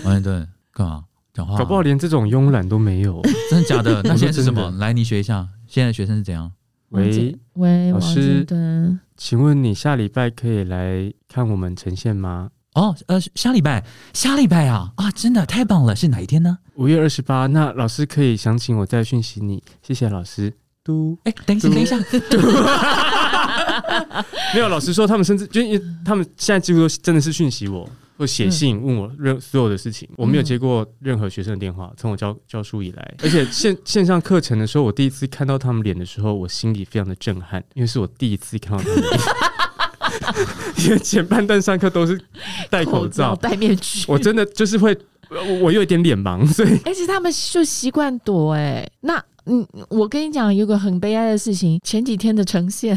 王一顿，干嘛讲话？啊搞不好连这种慵懒都没有。真的假 的？那现在是什么真？来，你学一下，现在的学生是怎样？王喂姐，喂，老王师志敦，请问你下礼拜可以来看我们呈现吗？哦，呃，下礼拜，下礼拜啊啊，真的太棒了！是哪一天呢？五月二十八，那老师可以详情我再讯息你，谢谢老师。嘟，哎，等一下，嘟等一下， 没有，老师说他们甚至就因为他们现在几乎都真的是讯息我，或写信问我任所有的事情，我没有接过任何学生的电话，从我教教书以来，而且线线上课程的时候，我第一次看到他们脸的时候，我心里非常的震撼，因为是我第一次看到他们的脸。因 为前半段上课都是戴口罩，戴面具，我真的就是会，我我有一点脸盲，所以而且他们就习惯躲、哎，那嗯，我跟你讲，有个很悲哀的事情，前几天的呈现，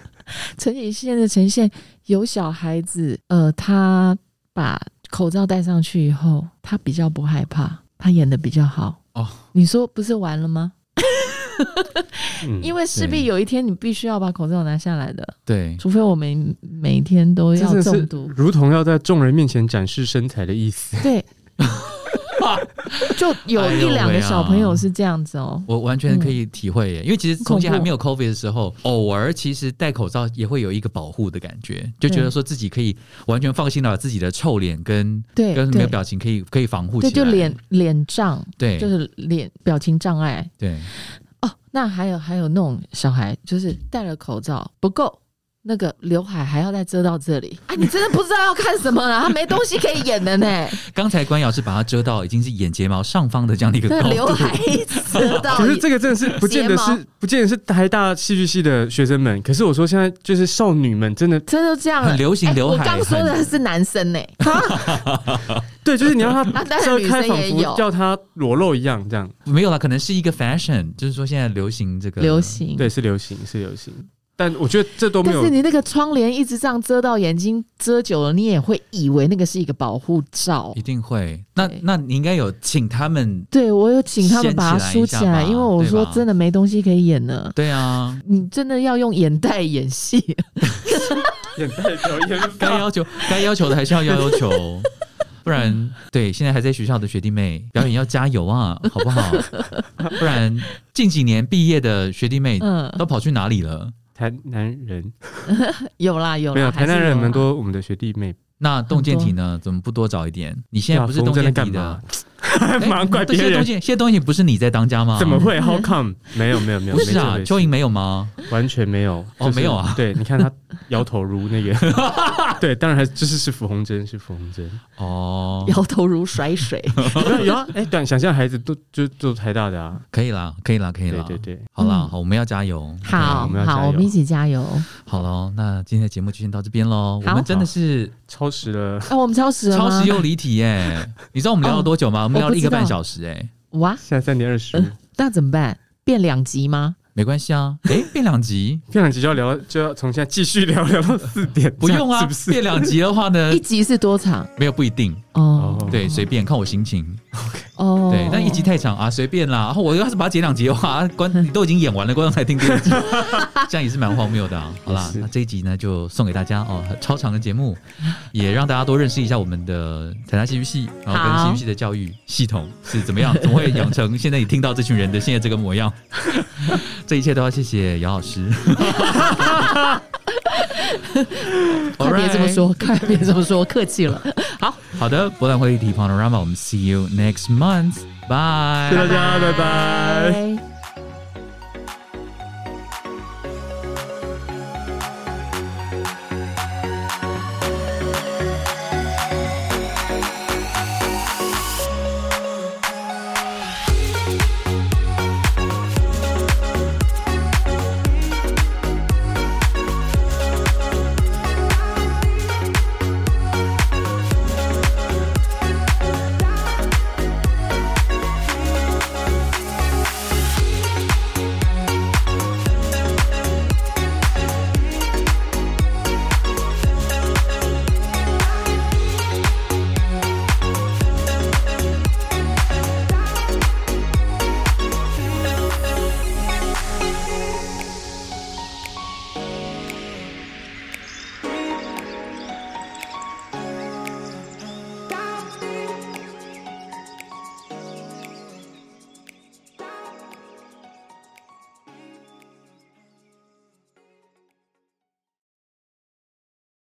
前几天的呈现，有小孩子，呃，他把口罩戴上去以后，他比较不害怕，他演的比较好。哦，你说不是完了吗？嗯因为势必对有一天你必须要把口罩拿下来的，对，除非我们每天都真要的中是毒。如同要在众人面前展示身材的意思。对，就有哎一呦两喂个啊小朋友是这样子哦。我完全可以体会耶，因为其实从前还没有 COVID 的时候，偶尔其实戴口罩也会有一个保护的感觉，就觉得说自己可以完全放心的把自己的臭脸跟 对跟没对有表情可以可以防护起对，来，就脸脸胀，对就是脸表情障碍对哦。那还有还有那种小孩，就是戴了口罩不够，那个刘海还要再遮到这里， 哎，你真的不知道要看什么了，他没东西可以演的呢。刚才关瑶是把它遮到已经是眼睫毛上方的这样的一个那高刘度，海一直遮 到，可是这个真的是不见得睫毛是不见得是台大戏剧系的学生们，可是我说现在就是少女们真的真的这样了很流行哎刘海我刚说的是男生呢，对，就是你让她 啊当然遮女开，生仿也佛有叫她裸露一样，这样没有啦，可能是一个 fashion，就是说现在流行这个流。行。对，是流行是流行，但我觉得这都没但有是你那个窗帘一直这样遮到眼睛，遮久了你也会以为那个是一个保护罩一。定会，那对那你应该有请他们，对我有请他们把它掀梳起起来一下吧来，因为我对说吧真的没东西可以演了。对啊，你真的要用眼袋演戏， 眼袋表演 该要求该要求的还是要要要求，不然对现在还在学校的学弟妹表演要加油 啊，好不好？不然近几年毕业的学弟妹嗯，都跑去哪里了？台南人有啦有啦，没有台还是南人蛮啦。多我们的学弟妹，那洞见体呢？怎么不多找一点？你现在不是对啊洞冯在见那体干嘛的，？ 哎蛮怪对别现在洞人见现在洞见体不是你在当家吗？怎么会？How come？没有没有没有，啊嗯不是啊没？这回事蚯蚓没有吗？完全没有哦就是没有啊对，你看他摇头如那 个，对，当然还就是是傅红珍，是傅红珍。哦，摇头如甩 水，没有有啊，哎、对，想象孩子都就都台大的啊，可以啦，可以啦，可以对啦，对对，好啦，嗯好，我们要加油。好我们要加好，油我们一起加油！啊好喽，那今天的节目就先到这边喽。我好们真的是超时了， 哎，我们超时了超吗？时又离题耶、你知道我们聊了多久吗？我们聊了一个半小时哎、哇，现在三点二十五，嗯那怎么办？变两集吗？没关系啊，哎、变两集这两集就要聊，就要从现在继续聊聊到四点，不用啊，这样是不变是？ 两集的话呢一，集是多长？没有不一定，哦，哦对，随便看我心情。OK，哦对，但一集太长啊，随便啦。然后我要是把它剪两集的话，啊观你都已经演完了，观众才听第 二集，这样也是蛮荒谬的啊。好啦也，是那这一集呢就送给大家哦，超长的节 目，也让大家多认识一下我们的台大戏剧系，然后跟好戏剧系的教育系统是怎么样，怎么会养成现在你听到这群人的现在这个模 样。这一切都要谢谢姚老师。 快别这么 Alright 说，快别这么说，客气了。好，好的，博览会议题 Panorama，我们 see you next month，bye 谢谢大家，拜拜。拜。